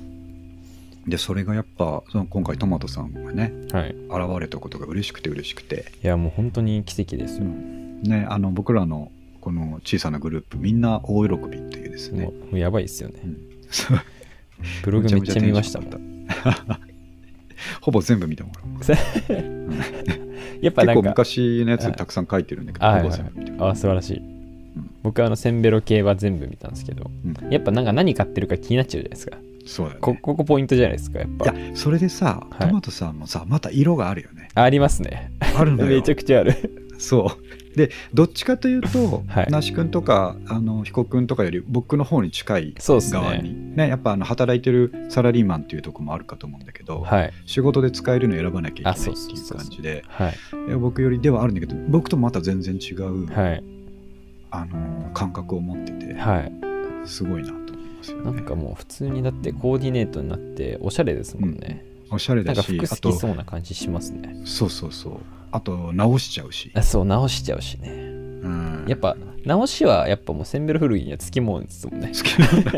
Speaker 1: でそれがやっぱその今回トマトさんがね
Speaker 2: はい
Speaker 1: 現れたことが嬉しくて嬉しくて、
Speaker 2: いやもう本当に奇跡ですよ、
Speaker 1: ね、あの僕らのこの小さなグループみんな大喜びっていうです
Speaker 2: も
Speaker 1: ね
Speaker 2: うもうやばいですよね
Speaker 1: そう
Speaker 2: ブログめっちゃ見ましたも
Speaker 1: め
Speaker 2: ん
Speaker 1: ちゃめちゃテンション上がった ほぼ全部見たもん
Speaker 2: やっぱ
Speaker 1: 結
Speaker 2: なん
Speaker 1: 構
Speaker 2: か
Speaker 1: 昔のやつたくさん書いてるんだけど
Speaker 2: あはい
Speaker 1: ほ
Speaker 2: は
Speaker 1: ぼ
Speaker 2: い
Speaker 1: 全部見た、
Speaker 2: あ素晴らしい、僕はあのセンベロ系は全部見たんですけど、
Speaker 1: うん
Speaker 2: やっぱなんか何買ってるか気になっちゃうじゃないですか
Speaker 1: そうだね
Speaker 2: こここポイントじゃないですかやっ
Speaker 1: い
Speaker 2: ぱ
Speaker 1: やそれでさ
Speaker 2: はい
Speaker 1: ト マトさんもさまた色があるよね、
Speaker 2: ありますね
Speaker 1: あるんだ
Speaker 2: め
Speaker 1: よ
Speaker 2: ちゃくちゃある
Speaker 1: そうでどっちかというと、
Speaker 2: はい
Speaker 1: 那須君とかあの彦君とかより僕の方に近い
Speaker 2: そうです
Speaker 1: 側
Speaker 2: ね。
Speaker 1: に、ねやっぱあの働いてるサラリーマンっていうところもあるかと思うんだけど、
Speaker 2: はい。
Speaker 1: 仕事で使えるの選ばなきゃい
Speaker 2: あ
Speaker 1: けな
Speaker 2: そ
Speaker 1: いうっ
Speaker 2: そ
Speaker 1: て
Speaker 2: う
Speaker 1: い
Speaker 2: そううそ
Speaker 1: 感
Speaker 2: う
Speaker 1: じで
Speaker 2: はい。
Speaker 1: いや僕よりではあるんだけど僕ともまた全然違う、
Speaker 2: はい。
Speaker 1: あの感覚を持ってて
Speaker 2: はい。
Speaker 1: すごいなと思いますよ
Speaker 2: な
Speaker 1: ね。
Speaker 2: んかもう普通にだってコーディネートになっておしゃれですもんね。
Speaker 1: おしゃれ
Speaker 2: なん
Speaker 1: だ
Speaker 2: か
Speaker 1: し
Speaker 2: 服
Speaker 1: あ
Speaker 2: 好き
Speaker 1: と
Speaker 2: そうな感じしますね。
Speaker 1: そうそうそうあと直しちゃうし
Speaker 2: あ、そう、直しちゃうしね。
Speaker 1: うん
Speaker 2: やっぱ直しはやっぱもうセンベロ古着にはつきものですもんね。
Speaker 1: 好きなんだ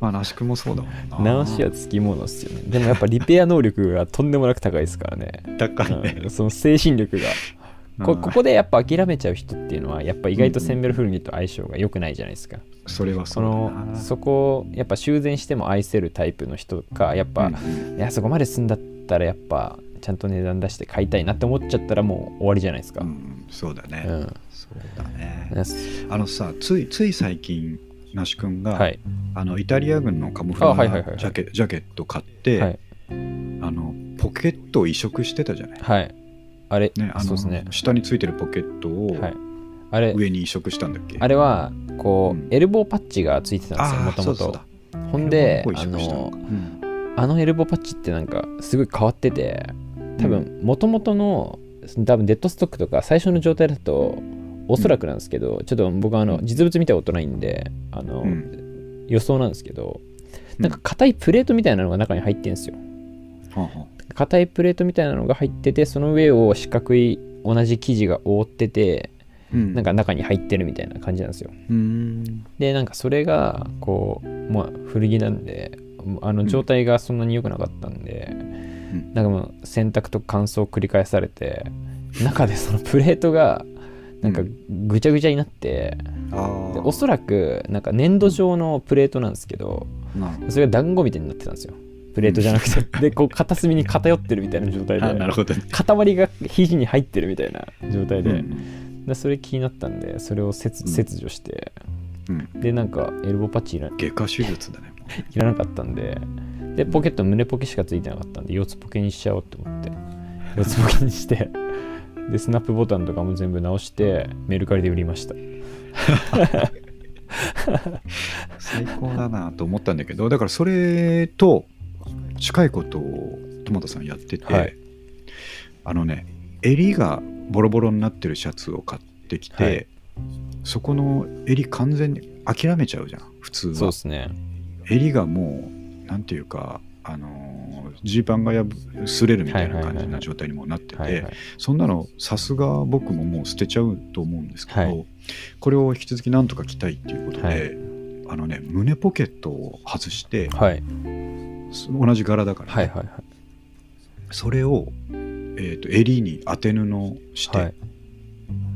Speaker 1: まあ那須君もそうだもんな
Speaker 2: 直しはつきものですよね。でもやっぱリペア能力がとんでもなく高いですからね。
Speaker 1: 高いね、
Speaker 2: うんその精神力が。こ
Speaker 1: うん
Speaker 2: ここでやっぱ諦めちゃう人っていうのはやっぱ意外とセンベロ古着と相性が良くないじゃないですか。
Speaker 1: それは
Speaker 2: そ
Speaker 1: そうだ
Speaker 2: の
Speaker 1: な
Speaker 2: そこをやっぱ修繕しても愛せるタイプの人かやっぱ、
Speaker 1: うん
Speaker 2: いやそこまで進んだったらやっぱちゃんと値段出して買いたいなって思っちゃったらもう終わりじゃないですか。
Speaker 1: う
Speaker 2: うん
Speaker 1: んそうだね、そうだね
Speaker 2: なす
Speaker 1: あのさついつい最近那須君が、
Speaker 2: はい
Speaker 1: あのイタリア軍のカモフラ
Speaker 2: あはいはいはい
Speaker 1: ー
Speaker 2: はい
Speaker 1: ジャケジャケット買って、
Speaker 2: はい
Speaker 1: あのポケットを移植してたじゃない、
Speaker 2: はいあれ、
Speaker 1: ねあ
Speaker 2: そう
Speaker 1: の
Speaker 2: ですね
Speaker 1: 下についてるポケットを
Speaker 2: はいあれ
Speaker 1: 上に移植したんだっけ、
Speaker 2: あれはこう、
Speaker 1: うん
Speaker 2: エルボーパッチがついてたんですよ
Speaker 1: あ
Speaker 2: も
Speaker 1: ー
Speaker 2: と
Speaker 1: そ
Speaker 2: も
Speaker 1: うそうだ
Speaker 2: とほんで
Speaker 1: ここ移
Speaker 2: あ
Speaker 1: 植したの
Speaker 2: の
Speaker 1: かうん
Speaker 2: あのエルボーパッチってなんかすごい変わってて多分もともとの多分デッドストックとか最初の状態だとおそらくなんですけど、ちょっと僕はあの
Speaker 1: うん
Speaker 2: 実物見たことないんであの、
Speaker 1: うん
Speaker 2: 予想なんですけど
Speaker 1: うん
Speaker 2: なんか硬いプレートみたいなのが中に入ってるんですよ
Speaker 1: はあは
Speaker 2: 硬いプレートみたいなのが入っててその上を四角い同じ生地が覆ってて
Speaker 1: あうん
Speaker 2: なんか中に入ってるみたいな感じなんですよ
Speaker 1: うーん
Speaker 2: でなんかそれがこうまあ古着なんであの状態がそんなに良くなかったんで、
Speaker 1: ん
Speaker 2: なんかもう洗濯と乾燥を繰り返されて中でそのプレートがなんか
Speaker 1: う
Speaker 2: ぐちゃぐちゃになって、
Speaker 1: あー
Speaker 2: でおそらくなんか粘土状のプレートなんですけど
Speaker 1: なるほど
Speaker 2: それが団子みたいになってたんですよプレートじゃなくてでこう片隅に偏ってるみたいな状態
Speaker 1: あなる
Speaker 2: で
Speaker 1: ほどね、
Speaker 2: 塊が肘に入ってるみたいな状態
Speaker 1: う
Speaker 2: で,、
Speaker 1: ん
Speaker 2: でそれ気になったんでそれを切
Speaker 1: うん
Speaker 2: 切除して、
Speaker 1: うん、
Speaker 2: でなんかエルボーパッチいら
Speaker 1: 外科手術だねもう
Speaker 2: いらなかったんででポケット胸ポケしかついてなかったんで四つポケにしちゃおうと 思って四つポケにしてでスナップボタンとかも全部直してメルカリで売りました
Speaker 1: 最高だなと思ったんだけどだからそれと近いことをトマトさんやってて、
Speaker 2: はい
Speaker 1: あのね襟がボロボロになってるシャツを買ってきて、
Speaker 2: はい
Speaker 1: そこの襟完全に諦めちゃうじゃん普通
Speaker 2: そう
Speaker 1: は
Speaker 2: ですね
Speaker 1: 襟がもうなんていうかあのージーパンがやぶ擦れるみたいな感
Speaker 2: はいはい
Speaker 1: じ
Speaker 2: はいは
Speaker 1: ない状態にもなってて、
Speaker 2: はいはい
Speaker 1: そんなのさすが僕ももう捨てちゃうと思うんですけど、
Speaker 2: はい
Speaker 1: これを引き続きなんとか着たいっていうことで、
Speaker 2: はい
Speaker 1: あのね胸ポケットを外して
Speaker 2: はい
Speaker 1: 同じ柄だから、
Speaker 2: はいはい
Speaker 1: それを、えー、と襟に当て布をして、
Speaker 2: はい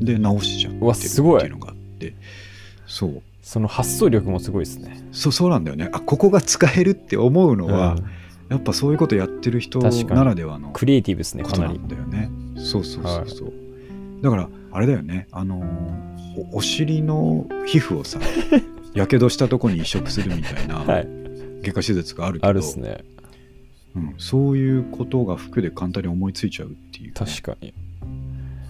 Speaker 1: で直しちゃって
Speaker 2: うわすごい
Speaker 1: っていうのがあってそう
Speaker 2: その発想力もすごいですね
Speaker 1: そうそうなんだよねあここが使えるって思うのは、
Speaker 2: うん
Speaker 1: やっぱそういうことやってる人
Speaker 2: 確かに
Speaker 1: ならではの
Speaker 2: クリエイティブですね
Speaker 1: こ
Speaker 2: か
Speaker 1: と
Speaker 2: な
Speaker 1: な
Speaker 2: り
Speaker 1: んだよね。そうそうそうそう。だからあれだよね。あのーおお尻の皮膚を さ、やけどしたとこに移植するみたいな
Speaker 2: はい
Speaker 1: 外科手術があるけど、
Speaker 2: あるっすね
Speaker 1: うん、そういうことが服で簡単に思いついちゃうっていうね、
Speaker 2: 確かに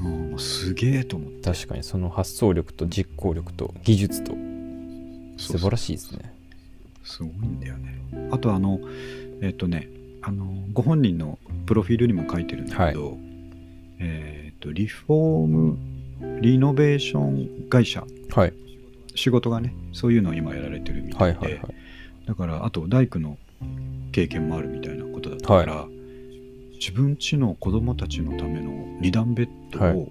Speaker 1: うんもうすげえと思って。
Speaker 2: 確かにその発想力と実行力と技術と素晴ら
Speaker 1: い。
Speaker 2: しいですね
Speaker 1: すごいんだよね。あとあのえっ、とね、あのご本人のプロフィールにも書いてるんだけど、えっ、とリフォームリノベーション会社
Speaker 2: はい
Speaker 1: 仕事がねそういうのを今やられてるみ
Speaker 2: は
Speaker 1: た
Speaker 2: い
Speaker 1: いで、
Speaker 2: はいはい
Speaker 1: だからあと大工の経験もあるみたいなことだったから、自分家の子供たちのための二段ベッ
Speaker 2: は
Speaker 1: ドを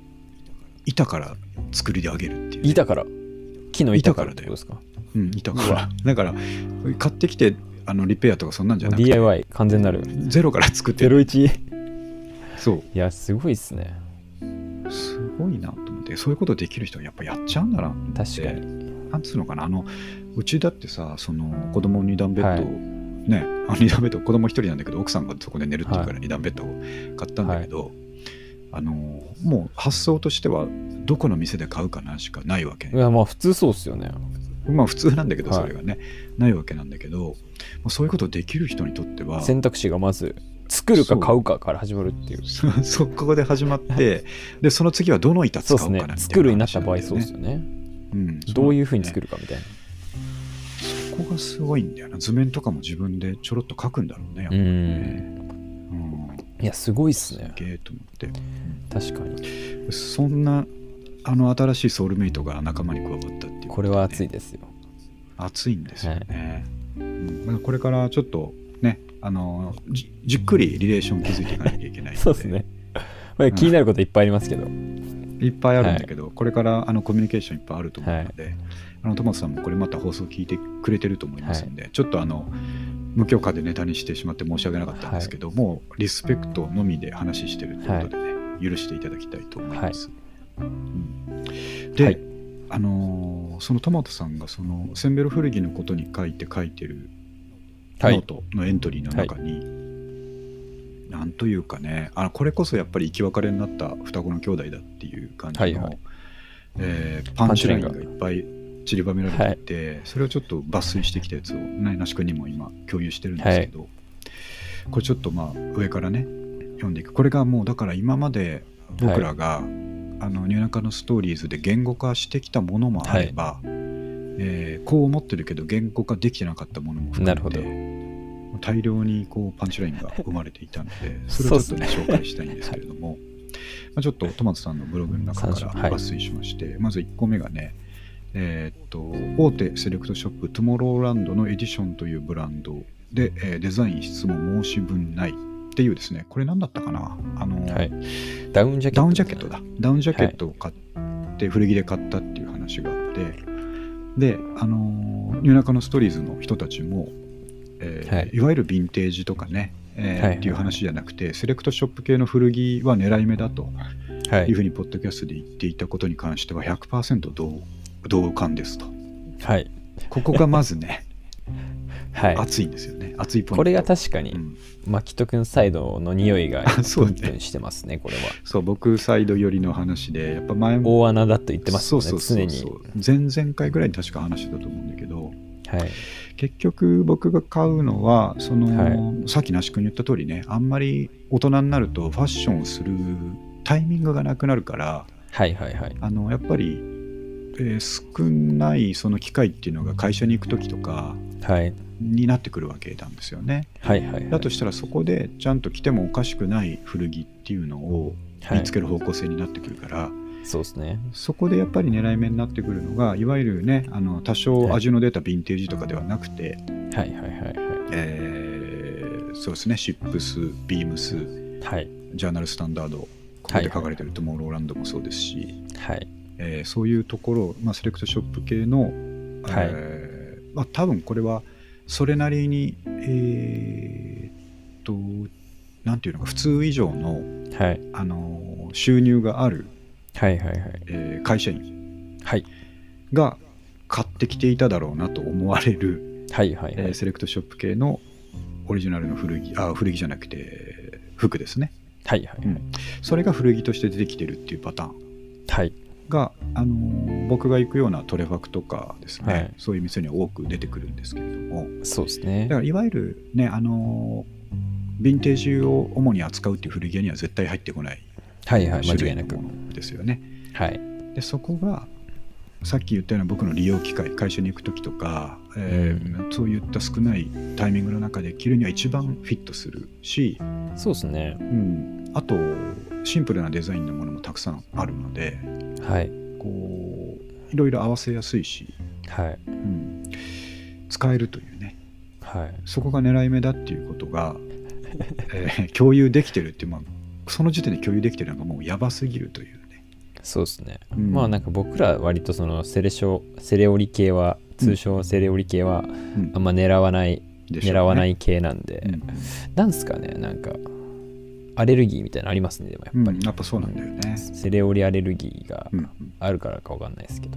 Speaker 1: 板から作り上げるっていうね、
Speaker 2: 板から木の板からっ
Speaker 1: 板から
Speaker 2: て
Speaker 1: だ
Speaker 2: こ
Speaker 1: よ
Speaker 2: とですか
Speaker 1: うん、板か
Speaker 2: う
Speaker 1: らだから買ってきてあのリペアとかそんなんじゃなくて
Speaker 2: DIY 完全なる
Speaker 1: ゼロから作ってる
Speaker 2: 01い
Speaker 1: そ
Speaker 2: やすごいっすね
Speaker 1: うすごいなと思ってそういうことできる人はやっぱやっちゃうんだなって
Speaker 2: 確かに
Speaker 1: なんつうのかなあのうちだってさその子供二段ベッドを、ねあ二段ベッド子供一人なんだけど奥さんがそこで寝るっていうか
Speaker 2: は
Speaker 1: ら二段ベッドを買ったんだけど、あのもう発想としてはどこの店で買うかなしかないわけ、
Speaker 2: いやまあ普通そうっすよね
Speaker 1: まあ普通なんだけど
Speaker 2: はい
Speaker 1: それがね、ないわけなんだけどもうそういうことできる人にとっては
Speaker 2: 選択肢がまず作るか買うかから始まるってい う。
Speaker 1: そそこで始まってでその次はどの板使
Speaker 2: そう
Speaker 1: う
Speaker 2: で
Speaker 1: かな
Speaker 2: す
Speaker 1: みた
Speaker 2: ね
Speaker 1: い。な
Speaker 2: 作るになった場合、
Speaker 1: 話
Speaker 2: そ
Speaker 1: な
Speaker 2: うん
Speaker 1: だ
Speaker 2: です
Speaker 1: よね
Speaker 2: よね。
Speaker 1: うん
Speaker 2: どういうふうに作るかみたいな。
Speaker 1: そこがすごいんだよな図面とかも自分でちょろっと書くんだろうねやっ
Speaker 2: う
Speaker 1: ぱり
Speaker 2: ん。
Speaker 1: うん
Speaker 2: いや、すごいっ
Speaker 1: す
Speaker 2: すね。
Speaker 1: げえと思って
Speaker 2: 確かに。
Speaker 1: そんなあの新しいソウルメイトが仲間に加わったっていう
Speaker 2: これは熱
Speaker 1: い
Speaker 2: いですよ。
Speaker 1: 熱いんですよね、うんまあこれからちょっとねあのじじっくりリレーション築いていかなきゃいけないの
Speaker 2: そうですね。まあ、気になることいっぱいありますけど。
Speaker 1: いっぱいあるんだけど、これからあのコミュニケーションいっぱいあると思うので、あのトマトさんもこれまた放送聞いてくれてると思いますんで、ちょっとあの無許可でネタにしてしまって申し訳なかったんですけど、もうリスペクトのみで話してるということでね、許していただきたいと思います。うんで、
Speaker 2: はい
Speaker 1: あのーそのトマトさんがそのセンベロ古着のことに書いて書いてる
Speaker 2: は
Speaker 1: ノー
Speaker 2: い。
Speaker 1: トのエントリーの中に、なんというかねあのこれこそやっぱり生き別れになった双子の兄弟だっていう感じの、
Speaker 2: はいはい
Speaker 1: えーパンチラインが
Speaker 2: パ
Speaker 1: い
Speaker 2: ンチ
Speaker 1: っぱい散りばめられていて、それをちょっと抜粋してきたやつをね那須君にも今共有してるんですけど、これちょっとまあ上からね読んでいくこれがもうだから今まで僕らが、あのニューナカのストーリーズで言語化してきたものもあれば、えーこう思ってるけど言語化できてなかったものも含めて
Speaker 2: なるほど
Speaker 1: 大量にこうパンチラインが生まれていたので それをちょっとね紹介したいんですけれども、まあ、ちょっとトマトさんのブログの中か
Speaker 2: 参
Speaker 1: ら
Speaker 2: 照はい
Speaker 1: 抜粋しまして、まず1個目がねえーっと大手セレクトショップトゥモローランドのエディションというブランドで、えーデザイン質も申し分ないっていうですねこれ何だったかなあの、
Speaker 2: はい。ダウンジャケ
Speaker 1: ダ
Speaker 2: ット。
Speaker 1: ウンジャケットだ。ダウンジャケットを買って、古着で買ったっていう話があってであのーニューナカのストーリーズの人たちも、えー
Speaker 2: はいい、
Speaker 1: わゆるヴィンテージとかね、えー
Speaker 2: はい
Speaker 1: っていう話じゃなくてセレクトショップ系の古着は狙い目だと
Speaker 2: はいいう
Speaker 1: ふ。うにポッドキャストで言っていたことに関しては100%同同感ですと
Speaker 2: はい。
Speaker 1: ここがまずね
Speaker 2: はい。
Speaker 1: 熱いんですよね熱いポイント
Speaker 2: これが確か
Speaker 1: う
Speaker 2: に、
Speaker 1: ん
Speaker 2: マキト君サイドの匂いが
Speaker 1: あ そうね
Speaker 2: プンプンしてますね、これは。
Speaker 1: そう僕サイド寄りの話でやっぱ前も
Speaker 2: 大穴だと言ってますよね、
Speaker 1: そうそう
Speaker 2: 常
Speaker 1: そう
Speaker 2: に
Speaker 1: そ。う前々回ぐらいに確か話してたと思うんだけど
Speaker 2: はい。
Speaker 1: 結局僕が買うのはその、
Speaker 2: は
Speaker 1: さっき那須君に言った通りねあんまり大人になるとファッションをするタイミングがなくなるから
Speaker 2: はいはいはい。
Speaker 1: あのやっぱり、えー少ないその機会っていうのが会社に行く時とか
Speaker 2: はい。
Speaker 1: になってくるわけなんですよね。
Speaker 2: はいはいはい。
Speaker 1: だとしたらそこでちゃんと着てもおかしくない古着っていうのを見つける方向性になってくるから、
Speaker 2: はい、そうですね。
Speaker 1: そこでやっぱり狙い目になってくるのがいわゆるねあの多少味の出たヴィンテージとかではなくて、
Speaker 2: はいはいはいは
Speaker 1: えーそうですねシップスビームス
Speaker 2: い。はい。
Speaker 1: ジャーナルスタンダードここで書かれてるトモローランドもそうですし、
Speaker 2: はい。
Speaker 1: えーそういうところ、まあ、セレクトショップ系の、
Speaker 2: はい
Speaker 1: えーまあ、多分これはそれなりにえーっとなんていうのか普通以上の、
Speaker 2: はい。
Speaker 1: あの収入がある、
Speaker 2: はいはいはい。
Speaker 1: えー会社員
Speaker 2: はい。
Speaker 1: が買ってきていただろうなと思われる、
Speaker 2: はいはいは
Speaker 1: えー
Speaker 2: い。
Speaker 1: セレクトショップ系のオリジナルの古着あ古着じゃなくて服ですね
Speaker 2: はいはいはい。
Speaker 1: それが古着として出てきてるっていうパターン
Speaker 2: はい。
Speaker 1: が、あのー僕が行くようなトレファクとかですね、
Speaker 2: はい
Speaker 1: そういう店には多く出てくるんですけれども
Speaker 2: そうです
Speaker 1: だ
Speaker 2: ね
Speaker 1: か。らいわゆるねあのーヴィンテージを主に扱うっていう古着屋には絶対入ってこない
Speaker 2: はいはい。間
Speaker 1: 種
Speaker 2: 違
Speaker 1: 類
Speaker 2: いな
Speaker 1: の
Speaker 2: く。
Speaker 1: ものですよね。
Speaker 2: はい。
Speaker 1: でそこがさっき言ったような僕の利用機会会社に行く時とか、えーそういった少ないタイミングの中で着るには一番フィットするし、
Speaker 2: そうですね
Speaker 1: う。ん、あとシンプルなデザインのものもたくさんあるので
Speaker 2: はい。
Speaker 1: こういろいろ合わせやすいし、
Speaker 2: はい。
Speaker 1: うん、使えるというね
Speaker 2: はい。
Speaker 1: そこが狙い目だっていうことが、 えー共有できてるっていう、まあ、その時点で共有できてるのがもうやばすぎるというね。
Speaker 2: そうですね。
Speaker 1: うん
Speaker 2: まあなんか僕ら割とそのセレショセレオリ系は通称セレオリ系は
Speaker 1: ん
Speaker 2: あんま狙わない、
Speaker 1: でしょうね
Speaker 2: 狙わない系なんで、
Speaker 1: うん
Speaker 2: なんですかねなんかアレルギーみたいなのありますねでもや
Speaker 1: う
Speaker 2: っ
Speaker 1: ん
Speaker 2: ぱり、
Speaker 1: やっぱそうなんだよね。
Speaker 2: セレオリアレルギーが
Speaker 1: うん
Speaker 2: あるからかわかんないですけど、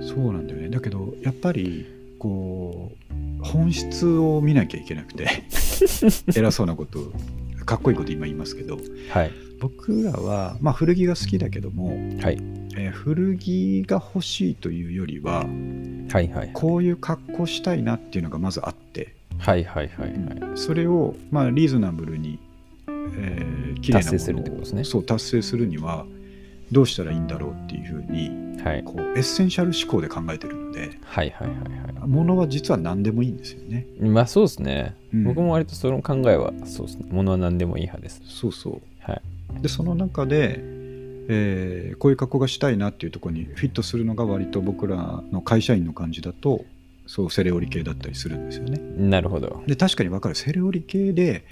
Speaker 1: そうなんだよねだけどやっぱりこう本質を見なきゃいけなく て偉そうなことをかっこいいこと今言いますけど
Speaker 2: はい
Speaker 1: 僕らは、まあ、古着が好きだけども、
Speaker 2: はい
Speaker 1: えー古着が欲しいというよりは
Speaker 2: はいはい
Speaker 1: こういう格好したいなっていうのがまずあって
Speaker 2: はいはいはいはい
Speaker 1: それを、まあ、リーズナブルにえー、綺麗なものを
Speaker 2: 達成するってことですね
Speaker 1: そう達成するにはどうしたらいいんだろうっていうふうに
Speaker 2: はい
Speaker 1: こうエッセンシャル思考で考えてるので
Speaker 2: はいはいはいは
Speaker 1: ものは実は何でもいいんですよね。
Speaker 2: いまあそうですね、
Speaker 1: うん
Speaker 2: 僕も割とその考えはそうですねものは何でもいい派です
Speaker 1: そうそう
Speaker 2: はい
Speaker 1: でその中で、えーこういう格好がしたいなっていうところにフィットするのが割と僕らの会社員の感じだとそうセレオリ系だったりするんですよね。
Speaker 2: なるほど
Speaker 1: で確かに分かるセレオリ系で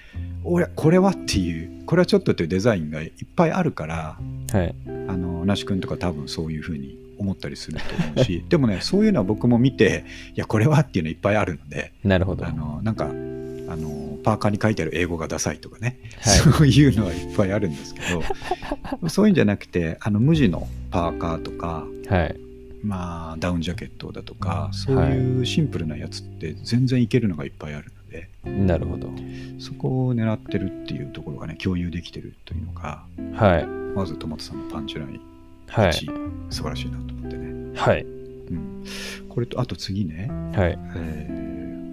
Speaker 1: おやこれはっていうこれはちょっとっていうデザインがいっぱいあるから
Speaker 2: はい
Speaker 1: あの那須君とか多分そういうふうに思ったりすると思う しでもねそういうのは僕も見ていやこれはっていうのいっぱいあるので
Speaker 2: なるほど
Speaker 1: あ
Speaker 2: はい
Speaker 1: のなんかあのパーカーに書いてある英語がダサいとかねそういうのはいっぱいあるんですけどそういうんじゃなくてあの無地のパーカーとか、
Speaker 2: はい
Speaker 1: まあ、ダウンジャケットだとかそういうシンプルなやつって全然いけるのがいっぱいあるので
Speaker 2: なるほど
Speaker 1: そこを狙ってるっていうところがね共有できてるというのが
Speaker 2: はい
Speaker 1: まずトマトさんのパンチライン1、
Speaker 2: はい
Speaker 1: 素晴らしいなと思ってね、
Speaker 2: はい
Speaker 1: うん、これとあと次ね、
Speaker 2: はい
Speaker 1: えー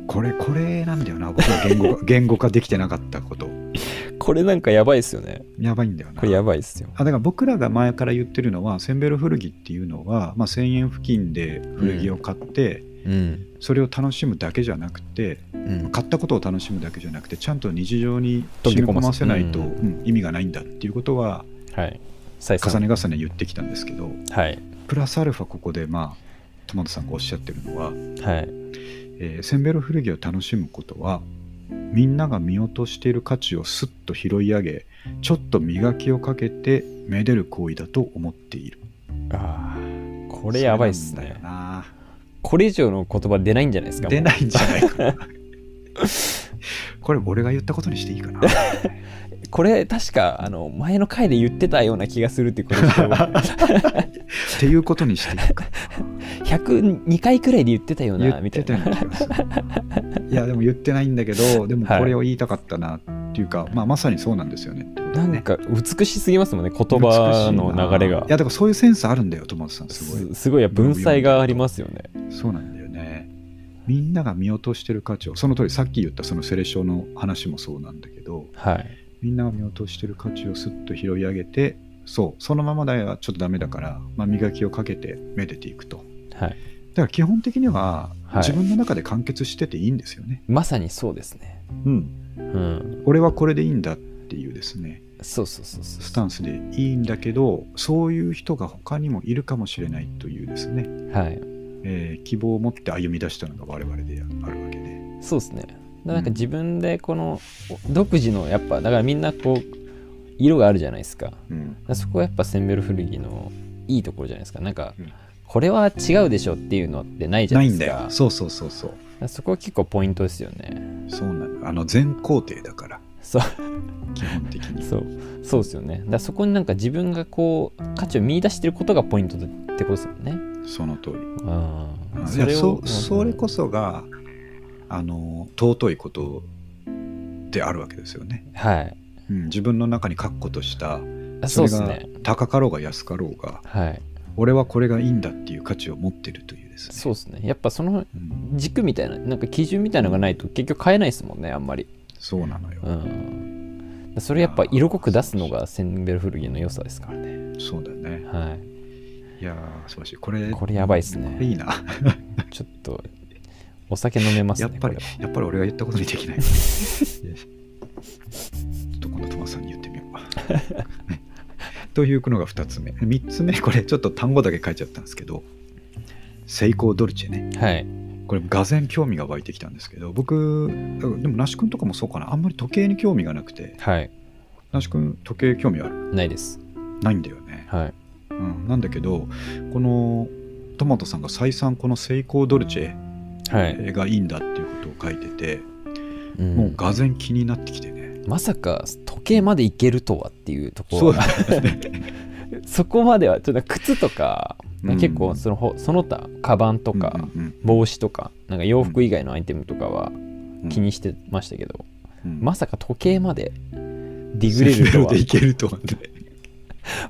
Speaker 1: これこれなんだよな僕は言語化 言語化できてなかったこと
Speaker 2: これなんかやばいっすよね
Speaker 1: やばいんだよな
Speaker 2: これやばいっすよ
Speaker 1: あだから僕らが前から言ってるのはセンベロ古着っていうのは、まあ、1,000円付近で古着を買って、
Speaker 2: うん
Speaker 1: それを楽しむだけじゃなくて
Speaker 2: うん
Speaker 1: 買ったことを楽しむだけじゃなくてちゃんと日常に
Speaker 2: 溶
Speaker 1: 染
Speaker 2: け
Speaker 1: み
Speaker 2: 込
Speaker 1: 込
Speaker 2: ま
Speaker 1: ま
Speaker 2: せ
Speaker 1: せないと、うん意味がないんだっていうことは
Speaker 2: はい再
Speaker 1: 重
Speaker 2: 三
Speaker 1: ね重ね言ってきたんですけど
Speaker 2: はい
Speaker 1: プラスアルファここでまあ友田さんがおっしゃってるのは、
Speaker 2: はい
Speaker 1: えーセンベロ古着を楽しむことはみんなが見落としている価値をすっと拾い上げちょっと磨きをかけてめでる行為だと思っている。
Speaker 2: あーこれやばいっす
Speaker 1: それなん
Speaker 2: ね
Speaker 1: だよな
Speaker 2: これ以上の言葉出ないんじゃないですかもう
Speaker 1: 出ないんじゃないか なこれ俺が言ったことにしていいかな
Speaker 2: これ確かあの前の回で言ってたような気がするってことでしょ
Speaker 1: っていうことにしていいか
Speaker 2: 102回くらいで言ってたよう
Speaker 1: 言
Speaker 2: な
Speaker 1: っ
Speaker 2: みた
Speaker 1: て
Speaker 2: い
Speaker 1: たよ
Speaker 2: な
Speaker 1: うな気がするいやでも言ってないんだけどでも
Speaker 2: はい
Speaker 1: これを言いたかったなっていうか、まあ、まさにそうなんですよねってこと
Speaker 2: な
Speaker 1: だね
Speaker 2: んか美しすぎますもんね言葉の流れ
Speaker 1: 美しいな
Speaker 2: が
Speaker 1: いやだからそういうセンスあるんだよ友達さんすご
Speaker 2: すすごい文才がありますよね
Speaker 1: いそうなんだよねみんなが見落としてる価値をその通りさっき言ったそのセレションの話もそうなんだけど、
Speaker 2: はい
Speaker 1: みんなが見落としてる価値をすっと拾い上げてそうそのままではちょっとダメだから、まあ、磨きをかけてめでていくと
Speaker 2: は
Speaker 1: だ
Speaker 2: い
Speaker 1: から基本的には
Speaker 2: はい
Speaker 1: 自分の中で完結してていいんですよね、
Speaker 2: まさにそうですね
Speaker 1: うん
Speaker 2: うん
Speaker 1: 俺はこれでいいんだっていうですね
Speaker 2: そうそうそうそう
Speaker 1: スタンスでいいんだけどそういう人が他にもいるかもしれないというですね、
Speaker 2: はい
Speaker 1: えー希望を持って歩み出したのが我々であるわけで
Speaker 2: そうですね。だからなんか自分でこのお独自のやっぱだからみんなこう色があるじゃないですか。だか
Speaker 1: うん
Speaker 2: らそこはやっぱセンベル古着のいいところじゃないですか。なんか
Speaker 1: うん
Speaker 2: これは違うでしょっていうのってないじゃ
Speaker 1: な
Speaker 2: ない
Speaker 1: いん
Speaker 2: です
Speaker 1: だ
Speaker 2: か。
Speaker 1: よそうそうそうそう
Speaker 2: だからそこは結構ポイントですよね。
Speaker 1: そうなのあの全工程だから
Speaker 2: そう
Speaker 1: 基本的に
Speaker 2: そうそうですよね。だからそこになんか自分がこう価値を見出してることがポイントってことですもんね。
Speaker 1: その 通り
Speaker 2: うん。
Speaker 1: いやそ
Speaker 2: うん
Speaker 1: それこそがあの尊いことであるわけですよね、
Speaker 2: はい。
Speaker 1: うん、自分の中に確固とした
Speaker 2: あ
Speaker 1: そ
Speaker 2: そ
Speaker 1: れ
Speaker 2: うです
Speaker 1: が
Speaker 2: ね。
Speaker 1: 高かろうが安かろうが
Speaker 2: はい。
Speaker 1: 俺はこれがいいんだっていう価値を持ってるというですね
Speaker 2: そうですね。やっぱその
Speaker 1: うん、
Speaker 2: 軸みたいななんか基準みたいなのがないと結局変えないですもんねあんまり。
Speaker 1: そうなのよ、
Speaker 2: うん、それやっぱ色濃く出すのがセンベルフルギの良さですからね。
Speaker 1: そうだね
Speaker 2: はい
Speaker 1: やー素晴らしいこれ
Speaker 2: い、これやばいです
Speaker 1: これ
Speaker 2: ね。
Speaker 1: いいな
Speaker 2: ちょっとお酒飲めます
Speaker 1: や
Speaker 2: ね。
Speaker 1: っぱり
Speaker 2: これは
Speaker 1: やっぱり俺が言ったことにで きないよしちょっと今度トマさんに言ってみようかというのが2つ目3つ目これちょっと単語だけ書いちゃったんですけどセイコードルチェね
Speaker 2: はい。
Speaker 1: これが然興味が湧いてきたんですけど僕でも那須君とかもそうかなあんまり時計に興味がなくて
Speaker 2: はい。
Speaker 1: 那須君時計興味ある
Speaker 2: ないです。
Speaker 1: ないんだよね、
Speaker 2: はい。
Speaker 1: うん、なんだけどこのトマトさんが再三このセイコードルチェ
Speaker 2: はい。
Speaker 1: がいいんだっていうことを書いてて、
Speaker 2: うん
Speaker 1: もうが然気になってきてね
Speaker 2: まさか時計までいけるとはっていうとこ
Speaker 1: そ
Speaker 2: ろ
Speaker 1: うだ
Speaker 2: が そこまではちょっと靴とか、
Speaker 1: うん
Speaker 2: 結構そのほその他カバンとか、
Speaker 1: うんうん
Speaker 2: 帽子とかなんか洋服以外のアイテムとかは
Speaker 1: うん
Speaker 2: 気にしてましたけど、
Speaker 1: うん
Speaker 2: まさか時計までディグれる
Speaker 1: セ
Speaker 2: と
Speaker 1: ロ
Speaker 2: は
Speaker 1: でいけるとはね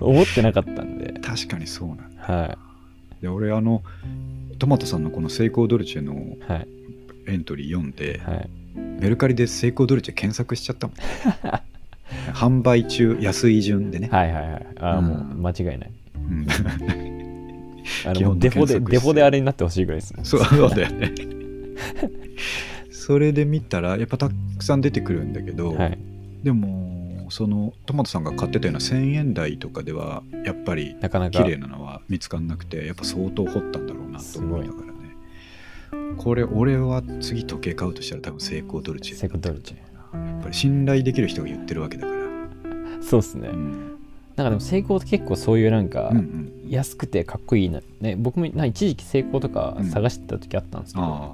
Speaker 2: 思ってなかったんで。
Speaker 1: 確かにそうなんだ
Speaker 2: は
Speaker 1: で俺あのトマトさんのこのセイコードルチェの
Speaker 2: いはい
Speaker 1: エントリー読んで、
Speaker 2: はい。
Speaker 1: メルカリでセイコードルチェ検索しちゃったもん。ね販売中安い順でね、
Speaker 2: はいはいはい。ああ、
Speaker 1: うん
Speaker 2: もう間違いない。
Speaker 1: うん、
Speaker 2: あ
Speaker 1: 基
Speaker 2: の
Speaker 1: 本の
Speaker 2: デフォ
Speaker 1: 検
Speaker 2: で、
Speaker 1: 索
Speaker 2: デフォであれになってほしいぐらいですね。
Speaker 1: そうそうだよねそれで見たらやっぱたくさん出てくるんだけど、
Speaker 2: はい。
Speaker 1: でもそのトマトさんが買ってたような1000円台とかではやっぱり
Speaker 2: なかな
Speaker 1: 綺
Speaker 2: か。
Speaker 1: 麗なのは見つかんなくてやっぱ相当掘ったんだろうなと思うんだからねこれ俺は次時計買うとしたら多分セイコードルチェ
Speaker 2: セコドルチェ。
Speaker 1: やっぱり信頼できる人が言ってるわけだから、
Speaker 2: そうですね
Speaker 1: う。ん
Speaker 2: なんかでも成功って結構そういうなんか
Speaker 1: うんう、ん、
Speaker 2: 安くてかっこいいな。ね、僕もなんか一時期成功とか
Speaker 1: うん
Speaker 2: 探してた時あったんですけど、
Speaker 1: あ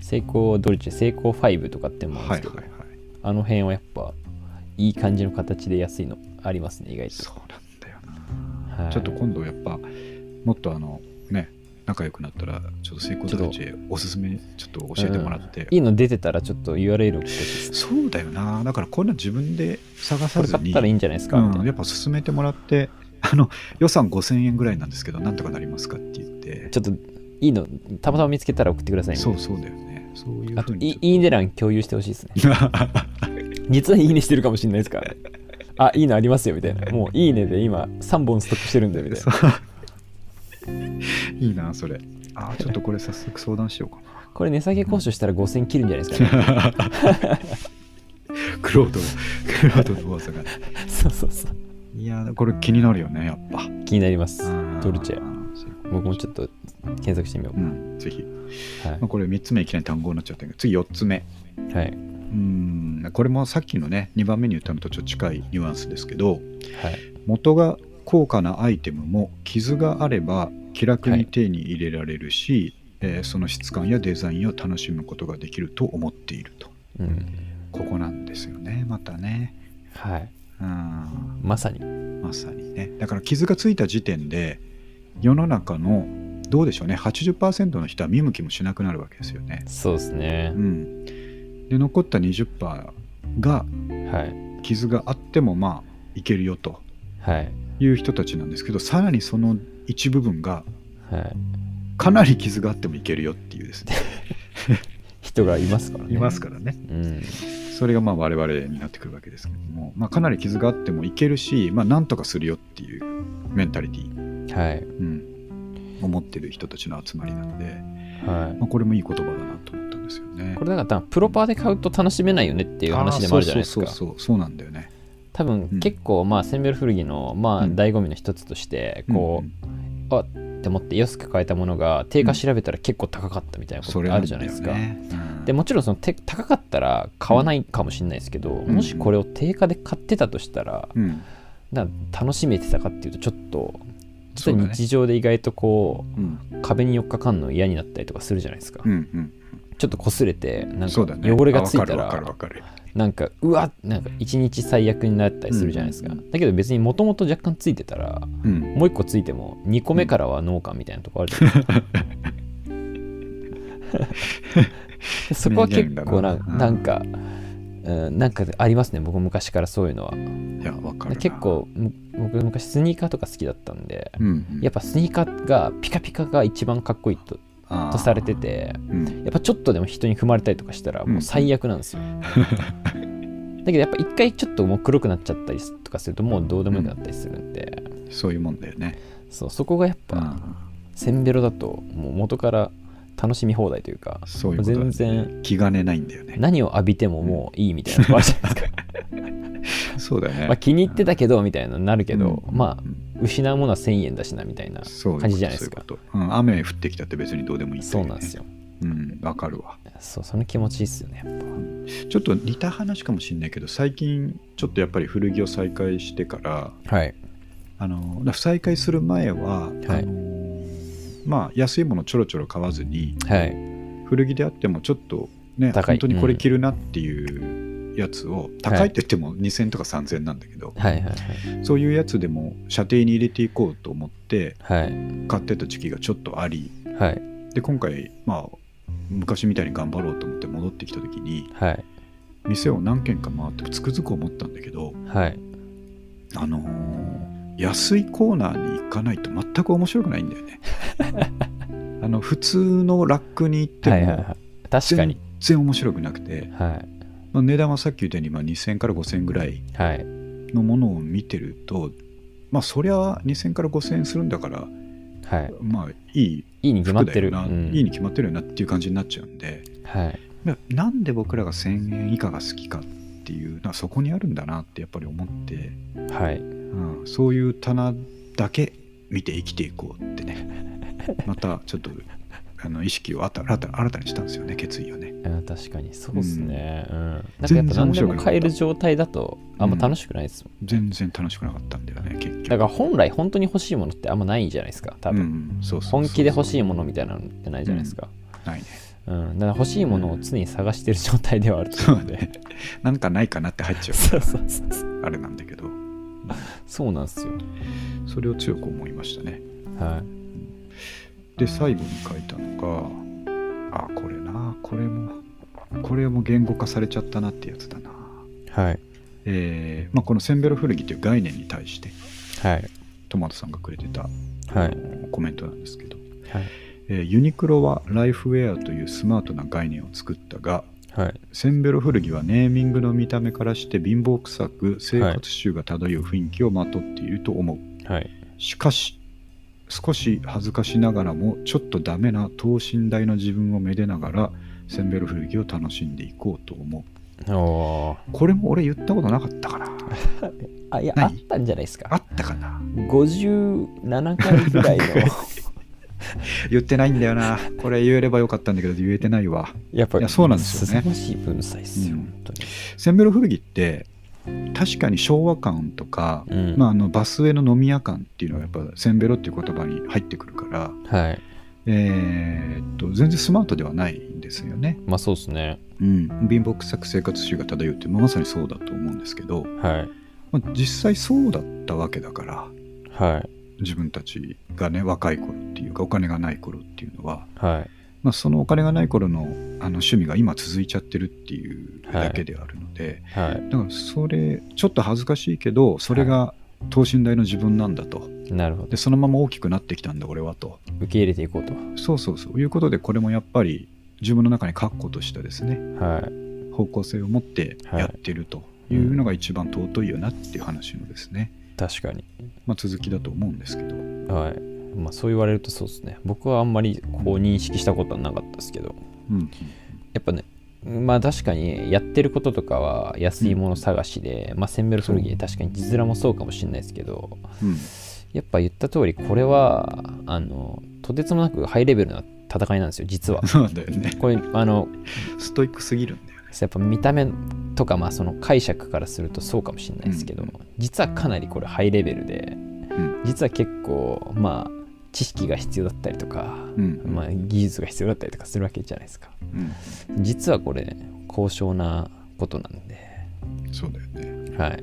Speaker 2: 成功ドルチェ、成功5とかって
Speaker 1: あ
Speaker 2: もあるんで
Speaker 1: はい
Speaker 2: すけ
Speaker 1: はい
Speaker 2: ど
Speaker 1: はい、
Speaker 2: あの辺はやっぱ、いい感じの形で安いのありますね、意外と。
Speaker 1: そうなんだよな
Speaker 2: はい
Speaker 1: ちょっと今度やっぱもっとあのね仲良くなったらちょっと成功ドルチェおすすめちょっと教えてもらって、
Speaker 2: いいの出てたらちょっと URL 送ってほしいですね。
Speaker 1: そうだよなだからこんな自分で探
Speaker 2: こ
Speaker 1: さ
Speaker 2: れ
Speaker 1: ず
Speaker 2: 買っ
Speaker 1: に
Speaker 2: たらいいんじゃないですかみたい
Speaker 1: うん、
Speaker 2: な
Speaker 1: やっぱ勧めてもらってあの予算5000円ぐらいなんですけどなんとかなりますかって言って
Speaker 2: ちょっといいの、たまたま見つけたら送ってくださいね。
Speaker 1: そうそうだよねそういう
Speaker 2: あ
Speaker 1: ふ
Speaker 2: と
Speaker 1: う
Speaker 2: い
Speaker 1: に、
Speaker 2: いいね欄共有してほしいです ね。
Speaker 1: ちょっと
Speaker 2: 実はいいねしてるかもしれないで すから。あ、いいのありますよみたいな。もういいねで今3本ストックしてるんでみたい
Speaker 1: そ
Speaker 2: な。
Speaker 1: う いいなそれあ ーちょっとこれ早速相談しようか
Speaker 2: これ値下げ交渉したら5000切るんじゃないですかね。
Speaker 1: なクロードクロードの噂が
Speaker 2: そうそうそう。
Speaker 1: いやーこれ気になるよねやっぱ
Speaker 2: 気になります。ドルチェ。
Speaker 1: ェ
Speaker 2: 僕もちょっと検索してみよ
Speaker 1: う
Speaker 2: う。
Speaker 1: んぜひ、ま
Speaker 2: はい
Speaker 1: あ、これ3つ目いきなり単語になっちゃったけど次4つ目
Speaker 2: はい。
Speaker 1: うんこれもさっきのね2番目に言ったのとちょっと近いニュアンスですけど
Speaker 2: はい。
Speaker 1: 元が高価なアイテムも傷があれば気楽に手に入れられるし、えーその質感やデザインを楽しむことができると思っていると
Speaker 2: うん。
Speaker 1: ここなんですよねまたね
Speaker 2: はい。
Speaker 1: うん
Speaker 2: まさに。
Speaker 1: まさにねだから傷がついた時点で世の中のどうでしょうね80%の人は見向きもしなくなるわけですよね、
Speaker 2: そうですね
Speaker 1: う。ん、で残った20%が
Speaker 2: はい。
Speaker 1: 傷があってもまあいけるよと
Speaker 2: はい。
Speaker 1: いう人たちなんですけどさらにその一部分が
Speaker 2: はい。
Speaker 1: かなり傷があってもいけるよっていうですね
Speaker 2: 人がいますから ね。
Speaker 1: いますからね
Speaker 2: うん。
Speaker 1: それがまあ我々になってくるわけですけども、まあ、かなり傷があってもいけるし、まあ、なんとかするよっていうメンタリティー、
Speaker 2: はい。
Speaker 1: うん、思ってる人たちの集まりなので、
Speaker 2: はい。
Speaker 1: まあ、これもいい言葉だなと思ったんですよね。
Speaker 2: これだから多分プロパーで買うと楽しめないよねっていう話でもあるじゃないです
Speaker 1: あー
Speaker 2: か
Speaker 1: そうそうそうそうそうなんだよね。
Speaker 2: 多
Speaker 1: うん
Speaker 2: 分結構まあセンベル古着のまあ
Speaker 1: うん
Speaker 2: 醍醐味の一つとしてこうあって思って安く買えたものが定価調べたら結構高かったみたいなこ
Speaker 1: そ
Speaker 2: と
Speaker 1: れ
Speaker 2: が
Speaker 1: な
Speaker 2: あ
Speaker 1: んだ
Speaker 2: るじゃ
Speaker 1: よ
Speaker 2: ない
Speaker 1: ね
Speaker 2: ですか
Speaker 1: うん
Speaker 2: でもちろんそのて高かったら買わないかもしれないですけど
Speaker 1: ん
Speaker 2: もしこれを定価で買ってたとしたら
Speaker 1: うん
Speaker 2: なんか楽しめてたかっていうとちょっと
Speaker 1: そ
Speaker 2: 実
Speaker 1: う
Speaker 2: は
Speaker 1: だね
Speaker 2: 日常で意外とこう
Speaker 1: うん
Speaker 2: 壁に寄っかかんの嫌になったりとかするじゃないですか
Speaker 1: うんうん
Speaker 2: ちょっと擦れてなんか
Speaker 1: そうだね。
Speaker 2: 汚れがついた
Speaker 1: あわかるわ
Speaker 2: ら
Speaker 1: かるわか
Speaker 2: なんかうわなんか一日最悪になったりするじゃないですか、
Speaker 1: うん
Speaker 2: だけど別にもともと若干ついてたら
Speaker 1: る。うん
Speaker 2: もう一個ついても2個目からは農家みたいなとこあるじゃないですか、 そこは結構な
Speaker 1: 名言だな
Speaker 2: なんか、うん、なんかありますね僕昔からそういうのはい
Speaker 1: や、わかるな。
Speaker 2: 結構む僕昔スニーカーとか好きだったんで
Speaker 1: うんうん、
Speaker 2: やっぱスニーカーがピカピカが一番かっこいいと
Speaker 1: ぱ
Speaker 2: とされてて
Speaker 1: うん、
Speaker 2: やっぱちょっとでも人に踏まれたりとかしたらもう最悪なんですよ。だけどやっぱ一回ちょっともう黒くなっちゃったりとかするともうどうでもよくなったりするんで、
Speaker 1: そういうもんだよね。
Speaker 2: そうそこがやっぱせんべろだともう元から楽しみ放題というか
Speaker 1: そういうことだね
Speaker 2: 全然
Speaker 1: 気兼ねないんだよね。
Speaker 2: 何を浴びてももういいみたいなとこあるじゃないですか
Speaker 1: そうだよね。
Speaker 2: まあ気に入ってたけどみたいなのなるけど、
Speaker 1: うん
Speaker 2: ま
Speaker 1: うん
Speaker 2: あ失うものは1000円だしなみたいな
Speaker 1: そううこと
Speaker 2: 感じじゃないですか
Speaker 1: そういうことうん、雨降ってきたって別にどうでもいい、
Speaker 2: そうなんです
Speaker 1: よ。
Speaker 2: よ
Speaker 1: うん、わかるわ。
Speaker 2: そうその気持ちいいっすよねやっぱ
Speaker 1: ちょっと似た話かもしれないけど、最近ちょっとやっぱり古着を再開してから、
Speaker 2: はい
Speaker 1: あの再開する前は、
Speaker 2: はい
Speaker 1: あのまあ安いものちょろちょろ買わずに、
Speaker 2: はい
Speaker 1: 古着であってもちょっとね、
Speaker 2: 高い
Speaker 1: 本当にこれ着るなっていうやつを、高いって言っても2000とか3000なんだけど、
Speaker 2: はいはいはい
Speaker 1: そういうやつでも射程に入れていこうと思って
Speaker 2: はい
Speaker 1: 買ってた時期がちょっとあり
Speaker 2: はい
Speaker 1: で今回まあ昔みたいに頑張ろうと思って戻ってきた時に
Speaker 2: はい
Speaker 1: 店を何軒か回ってつくづく思ったんだけど
Speaker 2: はい
Speaker 1: あのー安いコーナーに行かないと全く面白くないんだよ ねあの普通のラックに行って
Speaker 2: はいはいは
Speaker 1: も
Speaker 2: い確か
Speaker 1: 全
Speaker 2: に
Speaker 1: 然面白くなくて
Speaker 2: はい
Speaker 1: まあ、値段はさっき言ったように、まあ、2000から5000ぐらい
Speaker 2: はい。
Speaker 1: のものを見てると、まあ、そりゃ2000から5000円するんだから、
Speaker 2: はい。
Speaker 1: まあ、いい
Speaker 2: いいに決ま
Speaker 1: 服
Speaker 2: っ
Speaker 1: だ
Speaker 2: て
Speaker 1: よ
Speaker 2: る。
Speaker 1: な、
Speaker 2: うん
Speaker 1: いいに決まってるよなっていう感じになっちゃうんで、
Speaker 2: はい。
Speaker 1: ななんで僕らが1000円以下が好きかっていうのはそこにあるんだなってやっぱり思って、
Speaker 2: はい。
Speaker 1: うん、そういう棚だけ見て生きていこうってね またちょっとあの意識を新た新たにしたんですよね決意をね
Speaker 2: あ確かにそうですね、うんなんかやっ
Speaker 1: 全
Speaker 2: ぱ
Speaker 1: 然面
Speaker 2: 何で
Speaker 1: 白くなかった
Speaker 2: も買える状態だとあんま楽しくないですもん、
Speaker 1: 全然楽しくなかったんだよね結局
Speaker 2: だから本来本当に欲しいものってあんまないじゃないですか多
Speaker 1: うん
Speaker 2: 分、
Speaker 1: うんそうそうそう
Speaker 2: 本気で欲しいものみたいなのってないじゃないですか、
Speaker 1: ないね
Speaker 2: うんだから欲しいものを常に探してる状態ではあると
Speaker 1: そ
Speaker 2: 思
Speaker 1: う
Speaker 2: う
Speaker 1: ん
Speaker 2: で
Speaker 1: ね なんかないかなって入っちゃ
Speaker 2: そうそうそうそう
Speaker 1: うあれなんだけど
Speaker 2: そうなんですよ
Speaker 1: それを強く思いましたね
Speaker 2: はい
Speaker 1: で最後に書いたのがあこれなこれもこれも言語化されちゃったなってやつだな
Speaker 2: はい
Speaker 1: えーまあ、このセンベロ古着という概念に対して
Speaker 2: はい
Speaker 1: トマトさんがくれてた
Speaker 2: はい
Speaker 1: コメントなんですけど、
Speaker 2: はい
Speaker 1: えーユニクロはライフウェアというスマートな概念を作ったが
Speaker 2: はい
Speaker 1: センベロ古着はネーミングの見た目からして貧乏臭く生活臭が漂う雰囲気をまとっていると思う、
Speaker 2: はい
Speaker 1: しかし少し恥ずかしながらもちょっとダメな等身大の自分をめでながらセンベロ古着を楽しんでいこうと思う
Speaker 2: おー
Speaker 1: これも俺言ったことなかったかな
Speaker 2: あいや
Speaker 1: 何
Speaker 2: あったんじゃないです
Speaker 1: あ
Speaker 2: か
Speaker 1: ったかな
Speaker 2: 57回ぐらいの
Speaker 1: 言ってないんだよなこれ言えればよかったんだけど言えてないわ
Speaker 2: やっぱ
Speaker 1: い
Speaker 2: り
Speaker 1: やそうなんですよね
Speaker 2: 凄まじい分際ですよ、
Speaker 1: うん
Speaker 2: 本当に
Speaker 1: センベロ古着って確かに昭和感とか、
Speaker 2: うん
Speaker 1: まあ、あのバスへの飲み屋感っていうのはやっぱセンベロっていう言葉に入ってくるから、
Speaker 2: はい
Speaker 1: えーっと全然スマートではないんですよね。
Speaker 2: まあそうですね
Speaker 1: うん、貧乏臭く生活習が漂うってまあまさにそうだと思うんですけど、
Speaker 2: はい
Speaker 1: まあ、実際そうだったわけだから
Speaker 2: はい
Speaker 1: 自分たちがね若い頃っていうかお金がない頃っていうのは、
Speaker 2: はい
Speaker 1: まあ、そのお金がない頃のあの趣味が今続いちゃってるっていうだけであるので。
Speaker 2: は
Speaker 1: だからそれちょっと恥ずかしいけどそれが等身大の自分なんだと、
Speaker 2: いなるほど
Speaker 1: でそのまま大きくなってきたんだ俺はと
Speaker 2: 受け入れていこうと
Speaker 1: そうそうそういうことでこれもやっぱり自分の中に確固としたですね
Speaker 2: はい
Speaker 1: 方向性を持ってやってるというのが一番尊いよなっていう話のですね、
Speaker 2: 確かに
Speaker 1: まあ、続きだと思うんですけど
Speaker 2: はいまあそう言われるとそうですね僕はあんまりこう認識したことはなかったですけど
Speaker 1: うん
Speaker 2: やっぱねまあ確かにやってることとかは安いもの探しで、まあセンベロ古着確かに字面もそうかもしれないですけど
Speaker 1: うん
Speaker 2: やっぱ言った通りこれはあのとてつもなくハイレベルな戦いなんですよ実 は
Speaker 1: そうだよね
Speaker 2: これあの
Speaker 1: ストイックすぎるんだよね
Speaker 2: やっぱ見た目とか、まあ、その解釈からするとそうかもしれないですけど、
Speaker 1: うん
Speaker 2: 実はかなりこれハイレベルで、
Speaker 1: ん
Speaker 2: 実は結構まあ知識が必要だったりとか、
Speaker 1: うん
Speaker 2: まあ、技術が必要だったりとかするわけじゃないですか
Speaker 1: う
Speaker 2: 実はこれ高尚なことなんで、
Speaker 1: んそうだよね
Speaker 2: はい、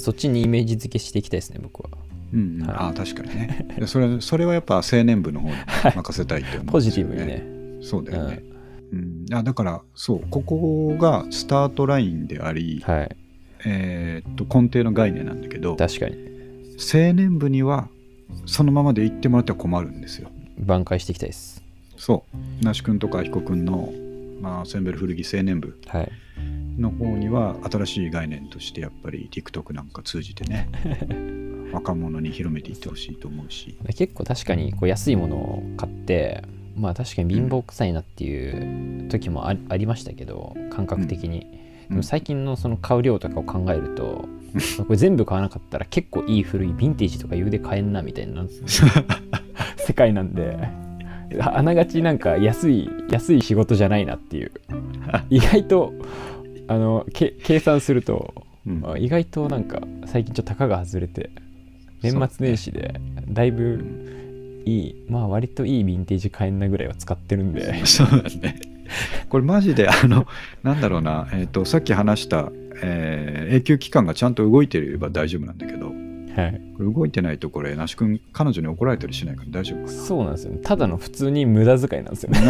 Speaker 2: そっちにイメージ付けしていきたいですね僕は
Speaker 1: うん、
Speaker 2: はい
Speaker 1: ああ確かにねいやそれそれはやっぱ青年部の方に任せたいって思うん
Speaker 2: ポジ
Speaker 1: です
Speaker 2: テ
Speaker 1: よ
Speaker 2: ィブにね
Speaker 1: そうだよね。うん、あだからそうここがスタートラインであり、
Speaker 2: はい
Speaker 1: えーっと根底の概念なんだけど青
Speaker 2: 確かに
Speaker 1: 年部にはそのままで行ってもらっては困るんですよ。
Speaker 2: 挽回していきたいです
Speaker 1: そう那須君とか彦君の、まあ、センベル古着青年部
Speaker 2: はい
Speaker 1: の方には新しい概念としてやっぱり TikTok なんか通じて ね若者に広めていってほしいと思うし。
Speaker 2: で結構確かにこう安いものを買ってまあ確かに貧乏くさいなっていう時もあ,、ありましたけど感覚的に、
Speaker 1: うん
Speaker 2: でも最近のその買う量とかを考えると、これ全部買わなかったら結構いい古いヴィンテージとか言うで買えんなみたい な世界なんでああながちなんか安い安い仕事じゃないなっていう意外とあのけ計算すると
Speaker 1: うん
Speaker 2: あ意外となんか最近ちょっと高が外れて年末年始でだいうぶ
Speaker 1: ん
Speaker 2: いい、まあ割といいヴィンテージ買えんなぐらい は使ってるんで
Speaker 1: そうだね。これマジであのなんだろうな、えっとさっき話した、えー永久期間がちゃんと動いてれば大丈夫なんだけど
Speaker 2: はい
Speaker 1: これ動いてないとこれ那須君彼女に怒られたりしないから大丈夫か
Speaker 2: そうなんですよねただの普通に無駄遣いなんです よね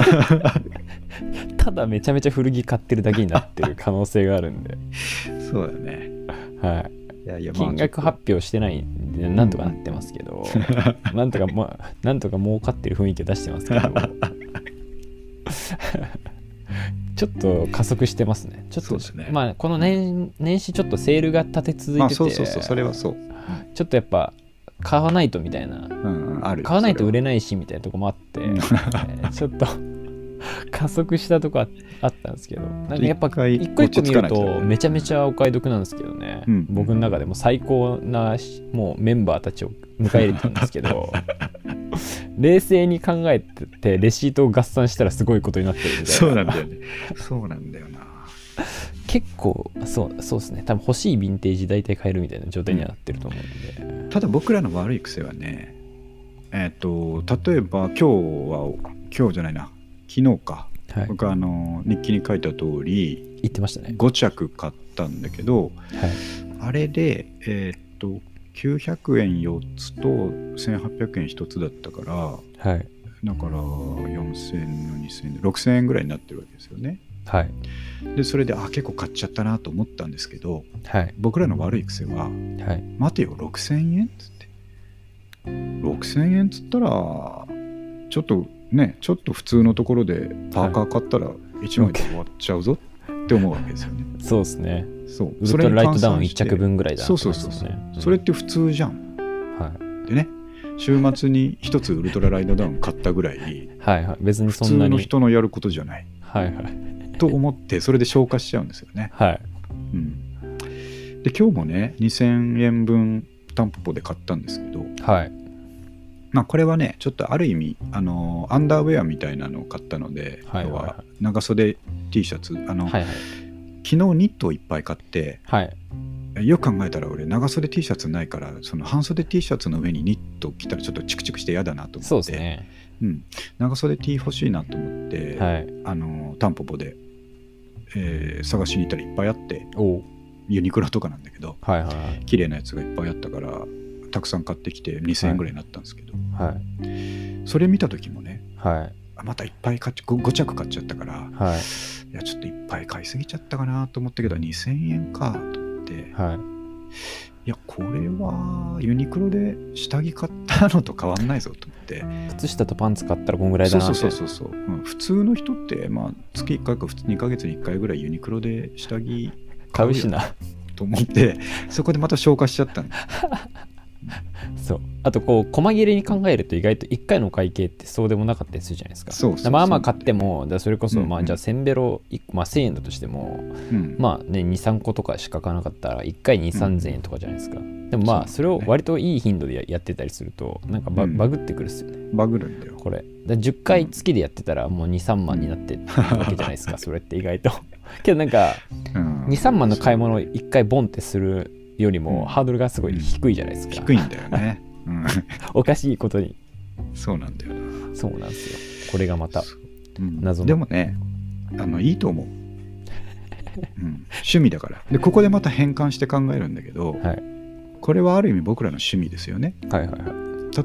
Speaker 2: ただめちゃめちゃ古着買ってるだけになってる可能性があるんで、
Speaker 1: なそうだよね。
Speaker 2: はい
Speaker 1: いやいや、まあ
Speaker 2: 金額発表してないんでなんとかなってますけ ど、なんとかまあ なんとか儲かってる雰囲気を出してますけどちょっちょっと加速してますね。ちょっと
Speaker 1: そうですね
Speaker 2: まあ、この年年始ちょっとセールが立て続い
Speaker 1: まあ
Speaker 2: てて、
Speaker 1: そうそうそうそれはそう、
Speaker 2: ちょっとやっぱ買わないとみたいな
Speaker 1: うんうん、ある
Speaker 2: 買わないと
Speaker 1: れ
Speaker 2: 売れないしみたいなとこもあって、
Speaker 1: うん
Speaker 2: えーちょっと 加速したとこああったんですけどなんかやっぱ
Speaker 1: 一回
Speaker 2: 一個一個
Speaker 1: 落ち
Speaker 2: 見る
Speaker 1: 着かない
Speaker 2: と
Speaker 1: とね
Speaker 2: めちゃめちゃお買い得なんですけどね、
Speaker 1: うん
Speaker 2: 僕の中でも最高なしもうメンバーたちを迎え入れたんですけ ど冷静に考えててレシートを合算したらすごいことになってるみたい な
Speaker 1: そうなんだよねそうなんだよな
Speaker 2: 結構そうそうですね多分欲しいヴィンテージ大体買えるみたいな状態にはなってると思うんで、
Speaker 1: ただ僕らの悪い癖はねえっ、と例えば今日は今日じゃないな昨日か、
Speaker 2: はい
Speaker 1: 僕あの日記に書いた通り
Speaker 2: 言ってましたね
Speaker 1: 5着買ったんだけど
Speaker 2: はい
Speaker 1: あれでえっ、と900円4つと1800円1つだったから
Speaker 2: はい
Speaker 1: だから4000円の2000円で6000円ぐらいになってるわけですよね
Speaker 2: はい
Speaker 1: でそれであ結構買っちゃったなと思ったんですけど
Speaker 2: はい
Speaker 1: 僕らの悪い癖は
Speaker 2: はい
Speaker 1: 待てよ6000円っつって6000円っつったらちょっとねちょっと普通のところでパーカー買ったら1枚で終わっちゃうぞって思うわけですよね
Speaker 2: そうですね。
Speaker 1: そう
Speaker 2: ウルトラライトダウ
Speaker 1: 換
Speaker 2: ン1
Speaker 1: 算して
Speaker 2: 着分ぐらいだなって
Speaker 1: そ
Speaker 2: こ
Speaker 1: う
Speaker 2: と
Speaker 1: そう
Speaker 2: です
Speaker 1: そ
Speaker 2: よ
Speaker 1: う
Speaker 2: ね
Speaker 1: そう、
Speaker 2: ん
Speaker 1: それって普通じゃん
Speaker 2: は
Speaker 1: でね週末に1つウルトラライトダウン買ったぐらい
Speaker 2: い。はいはい。別に
Speaker 1: 普
Speaker 2: そ
Speaker 1: 通
Speaker 2: んなに。
Speaker 1: の人のやることじゃない
Speaker 2: はいはい。
Speaker 1: と思ってそれで消化しちゃうんですよね、
Speaker 2: はい。
Speaker 1: うん、で今日もね2000円分タンポポで買ったんですけど
Speaker 2: はい。
Speaker 1: まあ、これはね、ちょっとある意味、あのーアンダーウェアみたいなのを買ったので、
Speaker 2: はい
Speaker 1: 要
Speaker 2: はいはい
Speaker 1: は長袖 T シャツあの、
Speaker 2: はいはい。
Speaker 1: 昨日ニットをいっぱい買って、
Speaker 2: はい。
Speaker 1: よく考えたら俺、長袖 T シャツないから、その半袖 T シャツの上にニット着たらちょっとチクチクして嫌だなと思って、
Speaker 2: そうですね。
Speaker 1: うん、長袖 T 欲しいなと思って、
Speaker 2: はい。
Speaker 1: あのータンポポで、えー探しに行ったらいっぱいあって、
Speaker 2: おう
Speaker 1: ユニクロとかなんだけど、
Speaker 2: はいはい
Speaker 1: 綺麗なやつがいっぱいあったから、たくさん買ってきて2000円ぐらいになったんですけど、
Speaker 2: はい。
Speaker 1: それ見た時もね、
Speaker 2: はい。はい。
Speaker 1: あまたいっぱい買っちゃ 5, 5着買っちゃったから
Speaker 2: はい。
Speaker 1: いやちょっといっぱい買いすぎちゃったかなと思ったけど2000円かと思ってい
Speaker 2: はい。
Speaker 1: やこれはユニクロで下着買ったのと変わんないぞと思って
Speaker 2: 靴下とパンツ買ったらこんぐらいだ
Speaker 1: そう
Speaker 2: な
Speaker 1: そ
Speaker 2: っ
Speaker 1: う
Speaker 2: て。
Speaker 1: そうそうそう、うん、普通の人って、まあ、月1回か2ヶ月に1回ぐらいユニクロで下着買
Speaker 2: 買
Speaker 1: う
Speaker 2: う
Speaker 1: よ
Speaker 2: しな。
Speaker 1: と思ってそこでまた消化しちゃったんで
Speaker 2: そう。あとこう、細切れに考えると意外と1回の会計ってそうでもなかったりするじゃないですか。
Speaker 1: そうそうそう
Speaker 2: まあまあ買っても、だからそれこそ、
Speaker 1: うんうん
Speaker 2: まあじゃあ1000ベロ1個、まあ1000円だとしても、
Speaker 1: す、うん
Speaker 2: まあね、2、3個とかしか買わなかったら、1回2、3000円とかじゃないですか。でもまあ、
Speaker 1: そ
Speaker 2: そうれ
Speaker 1: なんだよね
Speaker 2: を割といい頻度でややってたりすると、なんかバ,、
Speaker 1: うん
Speaker 2: バグってくるっすよね、
Speaker 1: バグるんだよ
Speaker 2: これ。だ10回月でやってたら、もう2、3万にな ってるわけじゃないですか、それって意外と。 けどなんか、
Speaker 1: うん
Speaker 2: 2、3万の買い物を1回ボンってするより
Speaker 1: うん
Speaker 2: も、ハードルがすごい低いじゃないですか。
Speaker 1: 低いんだよね、う
Speaker 2: おかしいことに。
Speaker 1: ん、そうなんだよな
Speaker 2: そうなんですよ。これがまた。
Speaker 1: そううん
Speaker 2: 謎の
Speaker 1: でもねあのいい と思う、うん、趣味だからでここでまた変換して考えるんだけど、
Speaker 2: はい
Speaker 1: これはある意味僕らの趣味ですよね
Speaker 2: はいはいは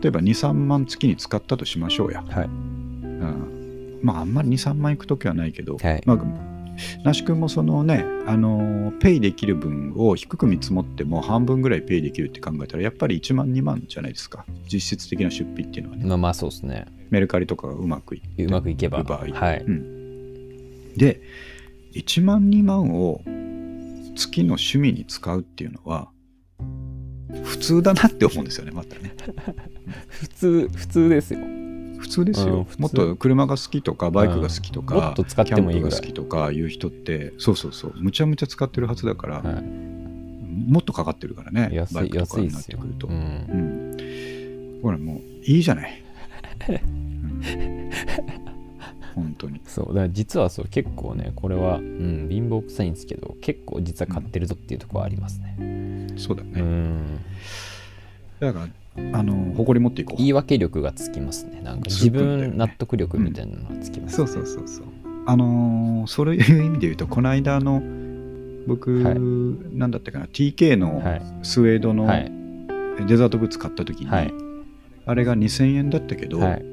Speaker 1: 例えば23万月に使ったとしましょうや、
Speaker 2: はい
Speaker 1: うん、まああんまり23万いく時はないけど、
Speaker 2: い。はい。
Speaker 1: まあ那須君もそのね、あのーペイできる分を低く見積もっても半分ぐらいペイできるって考えたらやっぱり1万2万じゃないですか実質的な出費っていうのはね
Speaker 2: まあまあ、そうですね。
Speaker 1: メルカリとかがうまくいって
Speaker 2: うまくいけば。
Speaker 1: 奪
Speaker 2: はいい。
Speaker 1: で1万2万を月の趣味に使うっていうのは普通だなって思うんですよねまたね
Speaker 2: 普通、普通ですよ。
Speaker 1: 普通です
Speaker 2: うん
Speaker 1: よ
Speaker 2: 普通
Speaker 1: もっと車が好きとかバイクが好きとか、
Speaker 2: もっと使っ
Speaker 1: キ
Speaker 2: て
Speaker 1: ャン
Speaker 2: もいい
Speaker 1: プ
Speaker 2: ぐ
Speaker 1: が
Speaker 2: ら
Speaker 1: 好
Speaker 2: い。
Speaker 1: きとかいう人ってそうそうそうむちゃむちゃ使ってるはずだから、
Speaker 2: はい
Speaker 1: もっとかかってるからね
Speaker 2: 安い
Speaker 1: バイクとかになっ
Speaker 2: 安い
Speaker 1: て
Speaker 2: っすよ
Speaker 1: くると、
Speaker 2: うん、
Speaker 1: うんほらもういいじゃ ない、うん本当に
Speaker 2: そうだから実はそう結構ねこれは、うん、貧乏くさいんですけど結構実は買ってるぞっていうところはありますね
Speaker 1: そうだ
Speaker 2: う
Speaker 1: ね、
Speaker 2: ん
Speaker 1: だからあの誇り持っていこう
Speaker 2: 言い訳力がつきますねなんか
Speaker 1: つく
Speaker 2: 自
Speaker 1: んだよね
Speaker 2: 分納得力みたいなのがつきます、
Speaker 1: そうそうそうそう。あのーそういう意味で言うと、この間の僕、
Speaker 2: はい
Speaker 1: なんだったかな、TK の
Speaker 2: はい
Speaker 1: スウェードの
Speaker 2: はい
Speaker 1: デザートグッズ買った時に、
Speaker 2: はい
Speaker 1: あれが2000円だったけど、
Speaker 2: はい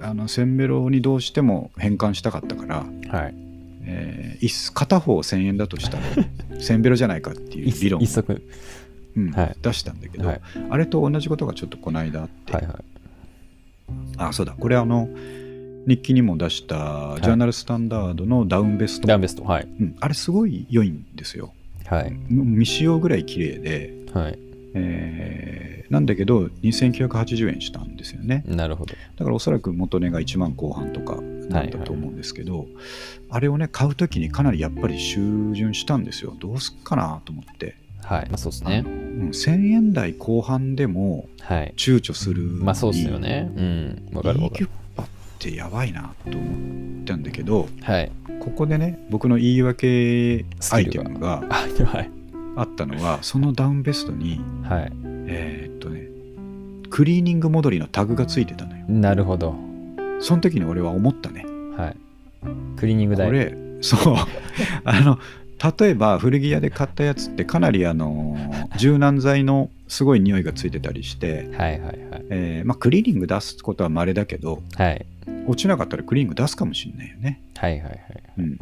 Speaker 1: あのセンベロにどうしても変換したかったから、
Speaker 2: はい
Speaker 1: えー一片方1000円だとした ら、センベロじゃないかっていう理論を
Speaker 2: 一、足
Speaker 1: うん
Speaker 2: はい
Speaker 1: 出したんだけど、
Speaker 2: はい
Speaker 1: あれと同じことがちょっとこの間あって、
Speaker 2: はいはい
Speaker 1: あそうだこれあの日記にも出した
Speaker 2: い
Speaker 1: ジャーナルスタンダードのダウンベスト、
Speaker 2: ダウンベスト。はい。
Speaker 1: うんあれすごい良いんですよ
Speaker 2: はい。
Speaker 1: もう未使用ぐらい綺麗で、
Speaker 2: はい。
Speaker 1: えーなんだけど2980円したんですよね
Speaker 2: なるほど。
Speaker 1: だからおそらく元値が1万後半とかなんだと思うんですけど、あれをね買う時にかなりやっぱり修潤したんですよどうすっかなと思って、
Speaker 2: はい。まあそうですね。
Speaker 1: うん、1000円台後半でも
Speaker 2: はい。
Speaker 1: 躊躇するのに
Speaker 2: まあそうですよね。うん。わかるわか
Speaker 1: E キュ
Speaker 2: る。
Speaker 1: ッパってやばいなと思ったんだけど
Speaker 2: はい。
Speaker 1: ここでね僕の言い訳
Speaker 2: ス
Speaker 1: ア
Speaker 2: キ
Speaker 1: イ
Speaker 2: ル
Speaker 1: テ
Speaker 2: が
Speaker 1: ムが
Speaker 2: あ、はい。
Speaker 1: あったのはそのダウンベストに
Speaker 2: はい。
Speaker 1: えーっとねクリーニング戻りのタグがついてたのよ
Speaker 2: なるほど。
Speaker 1: その時に俺は思ったね
Speaker 2: はい。クリーニング
Speaker 1: こ
Speaker 2: 代。
Speaker 1: れそう あの例えば古着屋で買ったやつってかなりあの柔軟剤のすごい匂いがついてたりして、
Speaker 2: はいはいはい。
Speaker 1: えーまあ、クリーニング出すことは稀だけど
Speaker 2: はい。
Speaker 1: 落ちなかったらクリーニング出すかもしれないよね、
Speaker 2: はいはいはい。
Speaker 1: うん、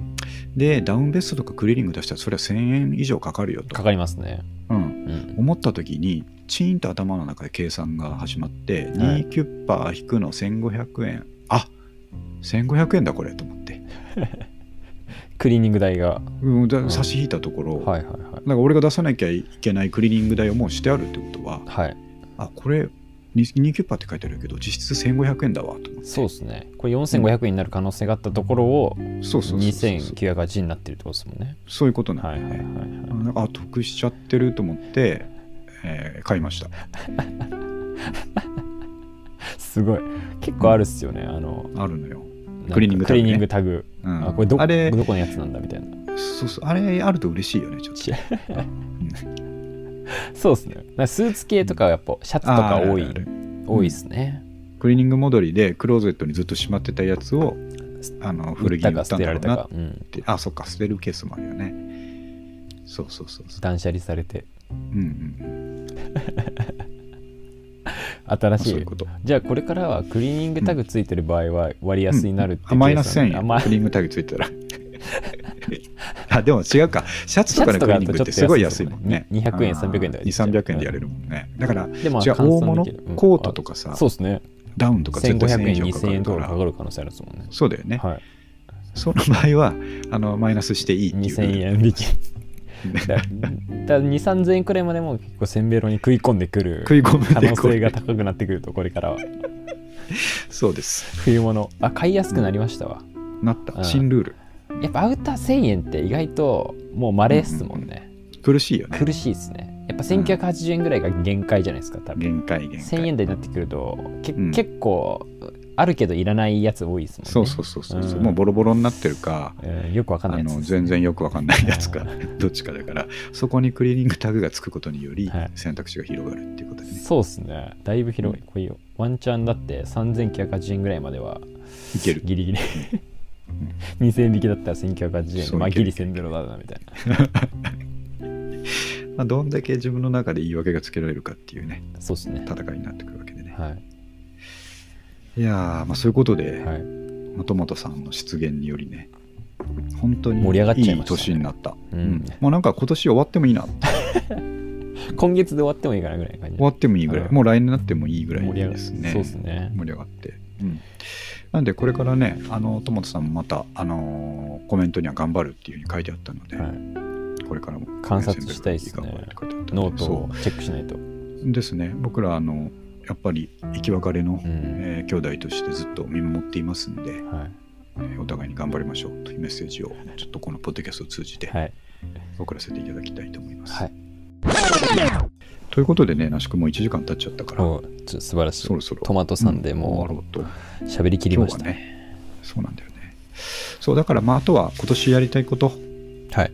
Speaker 1: でダウンベストとかクリーニング出したらそれは1000円以上かかるよと
Speaker 2: かかりますね。
Speaker 1: うん、
Speaker 2: うん。
Speaker 1: 思った時にチーンと頭の中で計算が始まって、
Speaker 2: はい
Speaker 1: 2キュッパー引くの1500円あ1500円だこれと思って、
Speaker 2: クリーニング代が。
Speaker 1: うん、だ
Speaker 2: うん
Speaker 1: 差し引いたところ、
Speaker 2: はいはいはい。
Speaker 1: なんか俺が出さなきゃいけないクリーニング代をもうしてあるってことは
Speaker 2: はい。
Speaker 1: あこれ 2, キュッパーって書いてあるけど実質1500円だわと思って
Speaker 2: そうですね。これ4500円になる可能性があったところを
Speaker 1: そうそうそうそう
Speaker 2: 2980円になってるってことですもんね。
Speaker 1: そういうことな
Speaker 2: はい
Speaker 1: ん
Speaker 2: は
Speaker 1: だ
Speaker 2: い
Speaker 1: よね、
Speaker 2: はいはい。
Speaker 1: あなんかあ得しちゃってると思って、えー買いました
Speaker 2: すごい。結構あるっすよね。あの、
Speaker 1: あるのよ、
Speaker 2: なんか
Speaker 1: クリーニングタグね
Speaker 2: クリーニングタグ。
Speaker 1: うん、
Speaker 2: あ、これど
Speaker 1: あれ
Speaker 2: どこのやつなんだみたいな。
Speaker 1: そうそうあれあると嬉しいよねちょっと
Speaker 2: ちそうですね。なんかスーツ系とかはやっぱシャツと
Speaker 1: あ
Speaker 2: か
Speaker 1: あるあ
Speaker 2: 多
Speaker 1: るあ
Speaker 2: い
Speaker 1: る、
Speaker 2: 多いですね。
Speaker 1: クリーニング戻りでクローゼットにずっとしまってたやつをあの
Speaker 2: 売
Speaker 1: 古
Speaker 2: っ
Speaker 1: 着に
Speaker 2: た
Speaker 1: 売
Speaker 2: か
Speaker 1: った
Speaker 2: 捨
Speaker 1: ん
Speaker 2: て
Speaker 1: だろ
Speaker 2: られ
Speaker 1: う
Speaker 2: た
Speaker 1: なっ
Speaker 2: か。うん。
Speaker 1: てあそっか捨てるケースもあるよねそうそうそうそう
Speaker 2: 断捨離されて。
Speaker 1: うんうん
Speaker 2: 新
Speaker 1: うん
Speaker 2: し
Speaker 1: そうい
Speaker 2: いう
Speaker 1: こと
Speaker 2: じゃあこれからはクリーニングタグついてる場合は割安になるって
Speaker 1: あマイナス1000
Speaker 2: 計算
Speaker 1: 円
Speaker 2: あまあ
Speaker 1: クリーニングタグついてたら あでも違うかシャツとかのクリ
Speaker 2: シャツとか
Speaker 1: ー
Speaker 2: だ
Speaker 1: ニン
Speaker 2: と
Speaker 1: グ
Speaker 2: ちょ
Speaker 1: っ
Speaker 2: っと
Speaker 1: てすごい安いもんね
Speaker 2: 安いですよね200円
Speaker 1: あ
Speaker 2: 300円とかで
Speaker 1: 2 300円でやれるもんねだから
Speaker 2: でも
Speaker 1: じゃあ大物コートと
Speaker 2: か
Speaker 1: かさ
Speaker 2: そうですね。
Speaker 1: ダウンとか絶対
Speaker 2: 1500
Speaker 1: 1000円
Speaker 2: 円、
Speaker 1: 以上かか
Speaker 2: 2000円
Speaker 1: る
Speaker 2: と
Speaker 1: か
Speaker 2: かからかる可能性あるですもんね。
Speaker 1: そうだよね
Speaker 2: はい。
Speaker 1: その場合はあのマイナスしていいっていう
Speaker 2: 2000円引き。 だだから2、3000円くらいまでも結構せんべろに食い込んでくる
Speaker 1: 食い込む
Speaker 2: 可
Speaker 1: で
Speaker 2: 能
Speaker 1: こ
Speaker 2: 性が
Speaker 1: れ
Speaker 2: 高くなってくると、これからは。
Speaker 1: そうです
Speaker 2: 冬物。あ、買いやすくなりましたわ。
Speaker 1: なっ
Speaker 2: う
Speaker 1: た
Speaker 2: ん
Speaker 1: 新ルール
Speaker 2: やっぱアウター1000円って意外ともう稀っすもんね。
Speaker 1: 苦しいよね
Speaker 2: 苦しいですね。やっぱ1980円ぐらいが限界じゃないですか、多分。
Speaker 1: 限界限
Speaker 2: 1000
Speaker 1: 界
Speaker 2: 円台になってくると、け
Speaker 1: うん
Speaker 2: 結構あるけどいらないやつ多いですもんね。
Speaker 1: そうそうそうそう、
Speaker 2: うん
Speaker 1: もうボロボロになってるか
Speaker 2: うんよくわかんな
Speaker 1: あ
Speaker 2: いやつ
Speaker 1: の
Speaker 2: です
Speaker 1: 全然よくわかんないやつかどっちかだからそこにクリーニングタグがつくことにより
Speaker 2: はい
Speaker 1: 選択肢が広がるっていうことでね、、
Speaker 2: そうですね。だいぶ広い。こういうワンチャンだって3980円ぐらいまではい
Speaker 1: ける
Speaker 2: ギリギリ。2000円引きだったら1980
Speaker 1: そ
Speaker 2: 円。
Speaker 1: う
Speaker 2: まあ
Speaker 1: いけ
Speaker 2: ギ
Speaker 1: る
Speaker 2: リ1000ドルだなみたいな。
Speaker 1: まあ、どんだけ自分の中で言い訳がつけられるかっていうね
Speaker 2: そうですね。
Speaker 1: 戦いになってくるわけでね、
Speaker 2: はい。
Speaker 1: い、やー、まあ、そういうことで、
Speaker 2: はい。
Speaker 1: 元本さんの出現によりね本当に
Speaker 2: 盛り上がっちゃい
Speaker 1: い
Speaker 2: ましたね
Speaker 1: 年になった、
Speaker 2: うん
Speaker 1: もうなんか今年終わってもいいな
Speaker 2: 今月で終わってもいいかなぐらいの感じ。
Speaker 1: 終わってもいいぐらい、
Speaker 2: うん
Speaker 1: もう来年になってもいいぐらい
Speaker 2: 盛り上が
Speaker 1: ですね
Speaker 2: そうですね。
Speaker 1: 盛り上がって、うん、なんでこれからねあの友田さんもまたあのーコメントには頑張るっていうふうに書いてあったので、
Speaker 2: はい。
Speaker 1: これからも
Speaker 2: 観察したいです
Speaker 1: 頑
Speaker 2: ね
Speaker 1: 張るって書いてあったの
Speaker 2: ノ
Speaker 1: で
Speaker 2: ートをチェックしないと。
Speaker 1: そうですね僕らあのやっぱり生き別れの、
Speaker 2: うん。
Speaker 1: えー兄弟としてずっと見守っていますんで、
Speaker 2: は
Speaker 1: えーお互いに頑張りましょうというメッセージをちょっとこのポッドキャストを通じ
Speaker 2: い。
Speaker 1: て
Speaker 2: はい。
Speaker 1: 送らせていただきたいと思います。
Speaker 2: はい。
Speaker 1: ということでね那須君もう1時間経っちゃったから、
Speaker 2: おうちょ素晴らしい
Speaker 1: そ。ろそろ
Speaker 2: トマトさんで
Speaker 1: うん終
Speaker 2: も
Speaker 1: わろうと。
Speaker 2: う喋りきりました
Speaker 1: 今日は
Speaker 2: ね。
Speaker 1: そうなんだよね。そうだからまああとは今年やりたいこと
Speaker 2: はい。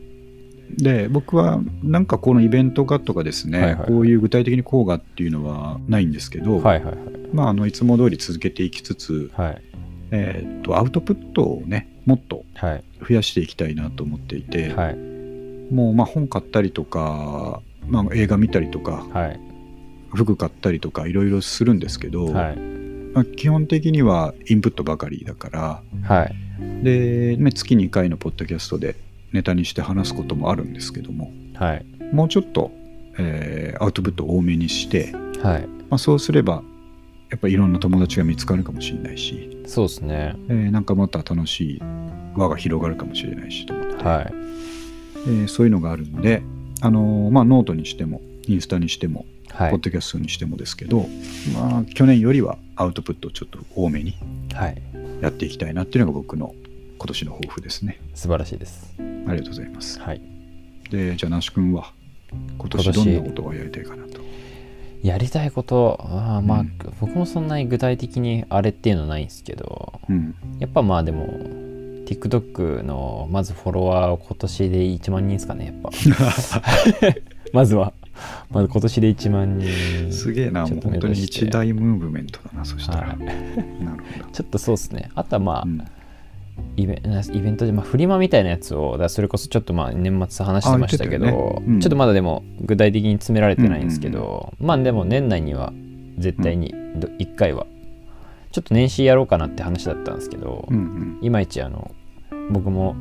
Speaker 1: で僕はなんかこのイベントがとかですね、
Speaker 2: はいはいはい
Speaker 1: こういう具体的にこうがっていうのはないんですけど、
Speaker 2: はいはい
Speaker 1: まあ、あのいつも通り続けていきつつ、
Speaker 2: はい。はい。
Speaker 1: えーっとアウトプットをねもっと
Speaker 2: はい。
Speaker 1: 増やしていきたいなと思っていて、
Speaker 2: はい。
Speaker 1: もうまあ本買ったりとか、まあ、映画見たりとか
Speaker 2: はい。
Speaker 1: 服買ったりとかいろいろするんですけど、
Speaker 2: はい。
Speaker 1: まあ、基本的にはインプットばかりだから
Speaker 2: はい。
Speaker 1: で、ね、月2回のポッドキャストでネタにして話すこともあるんですけども
Speaker 2: はい。
Speaker 1: もうちょっと、えーアウトプット多めにして、
Speaker 2: はい。
Speaker 1: まあ、そうすればやっぱいろんな友達が見つかるかもしれないし
Speaker 2: そうですね。
Speaker 1: えーなんかまた楽しい輪が広がるかもしれないしと思って、
Speaker 2: はい。
Speaker 1: えーそういうのがあるんで、あのーまあ、ノートにしてもインスタにしても、
Speaker 2: は
Speaker 1: ポッ
Speaker 2: い。
Speaker 1: ドキャストにしてもですけど、まあ、去年よりはアウトプットをちょっと多めに
Speaker 2: はい。
Speaker 1: やっていきたいなっていうのが僕の今年の抱負ですね。
Speaker 2: 素晴らしいです。
Speaker 1: ありがとうございます。
Speaker 2: はい。
Speaker 1: で、じゃあ、那須君は今年
Speaker 2: 今
Speaker 1: どん
Speaker 2: 年
Speaker 1: なことがやりたいかなと。
Speaker 2: やりたいこと、あーまあ、
Speaker 1: うん
Speaker 2: 僕もそんなに具体的にあれっていうのはないんですけど、
Speaker 1: うん。
Speaker 2: やっぱまあでも、TikTok のまずフォロワーを今年で1万人ですかね、やっぱ。 まずは、まず今年で1万人。
Speaker 1: すげえな、
Speaker 2: ち
Speaker 1: も
Speaker 2: ょ
Speaker 1: う
Speaker 2: っと
Speaker 1: 本当
Speaker 2: 目
Speaker 1: に
Speaker 2: 指して
Speaker 1: 一大ムーブメントだな、そしたら。
Speaker 2: は
Speaker 1: なるほど。
Speaker 2: ちょっとそうですね。あとはまあ、
Speaker 1: うん
Speaker 2: イベイベントで、まあ、フリマみたいなやつを、だからそれこそちょっとまあ年末話してましたけど、
Speaker 1: あ言ってたよねうん
Speaker 2: ちょっとまだでも具体的に詰められてないんですけど、まあでも年内には絶対にど1回は、ちょっと年始やろうかなって話だったんですけど、
Speaker 1: うんうん
Speaker 2: いまいちあの僕も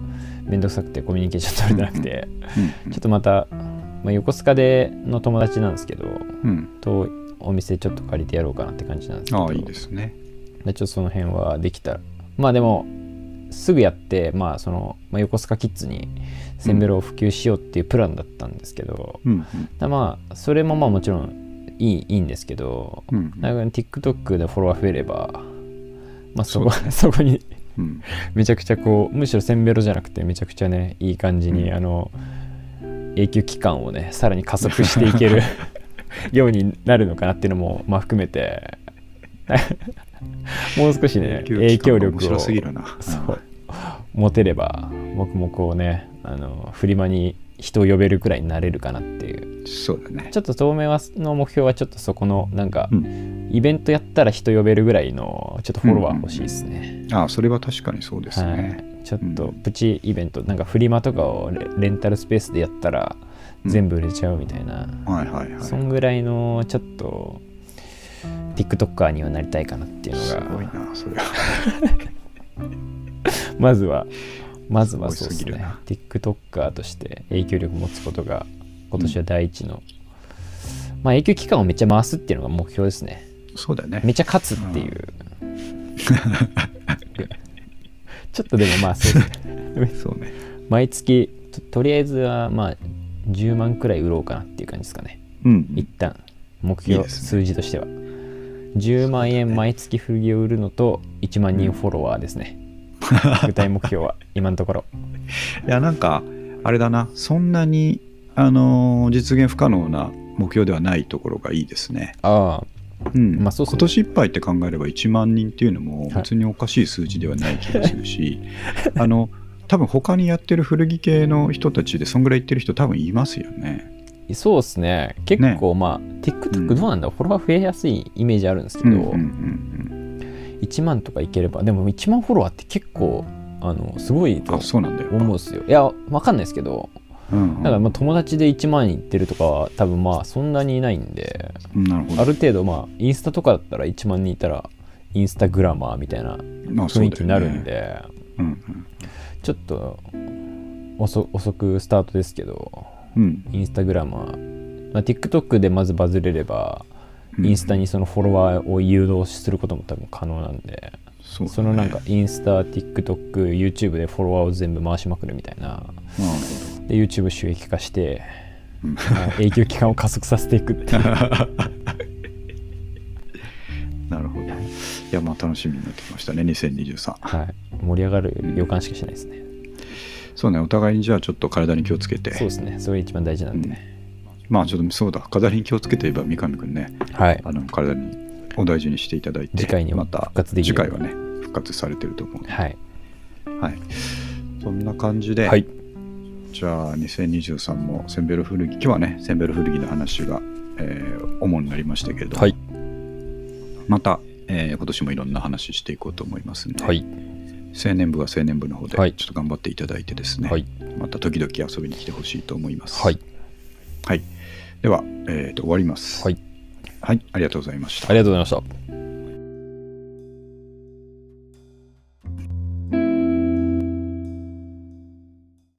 Speaker 2: めんどくさくてコミュニケーション取れてなくて、
Speaker 1: うん
Speaker 2: ちょっとまた、まあ、横須賀での友達なんですけど、
Speaker 1: うん。
Speaker 2: とお店ちょっと借りてやろうかなって感じなんですけど
Speaker 1: ああ、いいですね。
Speaker 2: でちょっとその辺はできたらまあでもすぐやって、まあそのまあ、横須賀キッズにセンベロを普及しようっていうプランだったんですけど、
Speaker 1: うん
Speaker 2: だまあそれもまあもちろんいいいいんですけど、
Speaker 1: うん。うん
Speaker 2: なんか TikTok でフォロワー増えれば、まあ、そこ
Speaker 1: そ
Speaker 2: そ,、こに
Speaker 1: うん。
Speaker 2: めちゃくちゃこうむしろセンベロじゃなくてめちゃくちゃねいい感じに、
Speaker 1: うん
Speaker 2: あの永久期間をねさらに加速してい けるようになるのかなっていうのも、まあ、含めて もう少しね影響
Speaker 1: 面
Speaker 2: 力を
Speaker 1: 白すぎるな。
Speaker 2: そう持てれば僕もこうねあのフリマに人を呼べるくらいになれるかなっていう
Speaker 1: うんそうだね
Speaker 2: ち。ょっと当面はの目標はちょっとそこのなんか、
Speaker 1: う
Speaker 2: イベントやったら人呼べるぐらいのちょっとフォロワー欲しいですね、
Speaker 1: ああ、それは確かにそうですね。
Speaker 2: はい、ちょっとプチイベント、なんかフリマとかをレレンタルスペースでやったら
Speaker 1: うん
Speaker 2: 全部売れちゃうみたいな、
Speaker 1: はいはいはい。
Speaker 2: そんぐらいのちょっと TikToker にはなりたいかなっていう
Speaker 1: す
Speaker 2: の
Speaker 1: ごい
Speaker 2: が
Speaker 1: な、それは。
Speaker 2: まずはまずは
Speaker 1: す
Speaker 2: そう
Speaker 1: ご
Speaker 2: で
Speaker 1: いす
Speaker 2: す
Speaker 1: ぎる
Speaker 2: ね
Speaker 1: な
Speaker 2: TikToker として影響力持つことが今年は第一の、まあ影響期間をめっちゃ回すっていうのが目標ですね
Speaker 1: そうだね。
Speaker 2: めっちゃ勝つっていう、 ちょっとでもまあそうですね
Speaker 1: そうね。
Speaker 2: 毎月ととりあえずはまあ10万くらい売ろうかなっていう感じですかね
Speaker 1: うん。
Speaker 2: 一旦目
Speaker 1: いい
Speaker 2: 標
Speaker 1: ですね
Speaker 2: 数字としては10万円毎月古着を売るのと1万人フォロワーですね、具体目標は今のところ
Speaker 1: いやなんかあれだなそんなに、あのー実現不可能な目標ではないところがいいですね。
Speaker 2: ああ
Speaker 1: うん
Speaker 2: まあそうっすね
Speaker 1: 今年いっぱいって考えれば1万人っていうのも
Speaker 2: はい
Speaker 1: 別におかしい数字ではない気がするし、 あの多分他にやってる古着系の人たちでそんぐらい行ってる人多分いますよね。
Speaker 2: そうですね結構まあ、TikTok どうなんだろう、フォロワー増えやすいイメージあるんですけ
Speaker 1: う
Speaker 2: ど、
Speaker 1: んうんうん
Speaker 2: 1万とかいければでも1万フォロワーって結構あのすごい
Speaker 1: うん、
Speaker 2: と
Speaker 1: あそうなんだよ。
Speaker 2: 思うんですよいやわかんないですけど
Speaker 1: うんうん
Speaker 2: だからまあ友達で1万いってるとかは多分まあそんなにいないんで
Speaker 1: うんなるほど。
Speaker 2: ある程度まあインスタとかだったら1万人いたらインスタグラマーみたいな
Speaker 1: まあそうだよね
Speaker 2: 雰囲気になるんで、
Speaker 1: うん
Speaker 2: ちょっと遅遅くスタートですけど
Speaker 1: うんうん
Speaker 2: インスタグラマー、まあ、TikTok でまずバズれれば
Speaker 1: うん
Speaker 2: インスタにそのフォロワーを誘導することも多分可能なんで、
Speaker 1: そうだね
Speaker 2: そのなんかインスタ TikTokYouTube でフォロワーを全部回しまくるみたいな
Speaker 1: なる
Speaker 2: で YouTube 収益化して、
Speaker 1: うん
Speaker 2: まあ永久期間を加速させていく っていう
Speaker 1: ほど なるほど。いやまあ楽しみになってきましたね2023。
Speaker 2: はい、盛り上がる予感しかしないですね。
Speaker 1: そうね、お互いにじゃあちょっと体に気をつけて。
Speaker 2: そうですね、それ一番大事なんで。
Speaker 1: まあちょっとそうだ、体に気をつけていえば三上くんね、
Speaker 2: はい
Speaker 1: あ、の体にお大事にしていただいて、
Speaker 2: 次回には
Speaker 1: また
Speaker 2: 復活でき
Speaker 1: 次
Speaker 2: る
Speaker 1: 回はね、復活されてると思う。
Speaker 2: はい、
Speaker 1: はい。そんな感じで、
Speaker 2: はい、
Speaker 1: じゃあ2023もセンベロ古着、今日はね、センベロ古着の話が、えー主になりましたけれども、
Speaker 2: はい、
Speaker 1: また、えー今年もいろんな話していこうと思いますんで、
Speaker 2: はい、
Speaker 1: 青年部は青年部の方で、
Speaker 2: はい
Speaker 1: ちょっと頑張っていただいてですね、
Speaker 2: はい、
Speaker 1: また時々遊びに来てほしいと思います。
Speaker 2: はい、
Speaker 1: はい。では、えーと終わります。
Speaker 2: はい、
Speaker 1: はい、ありがとうございました
Speaker 2: あ。りがとうございました。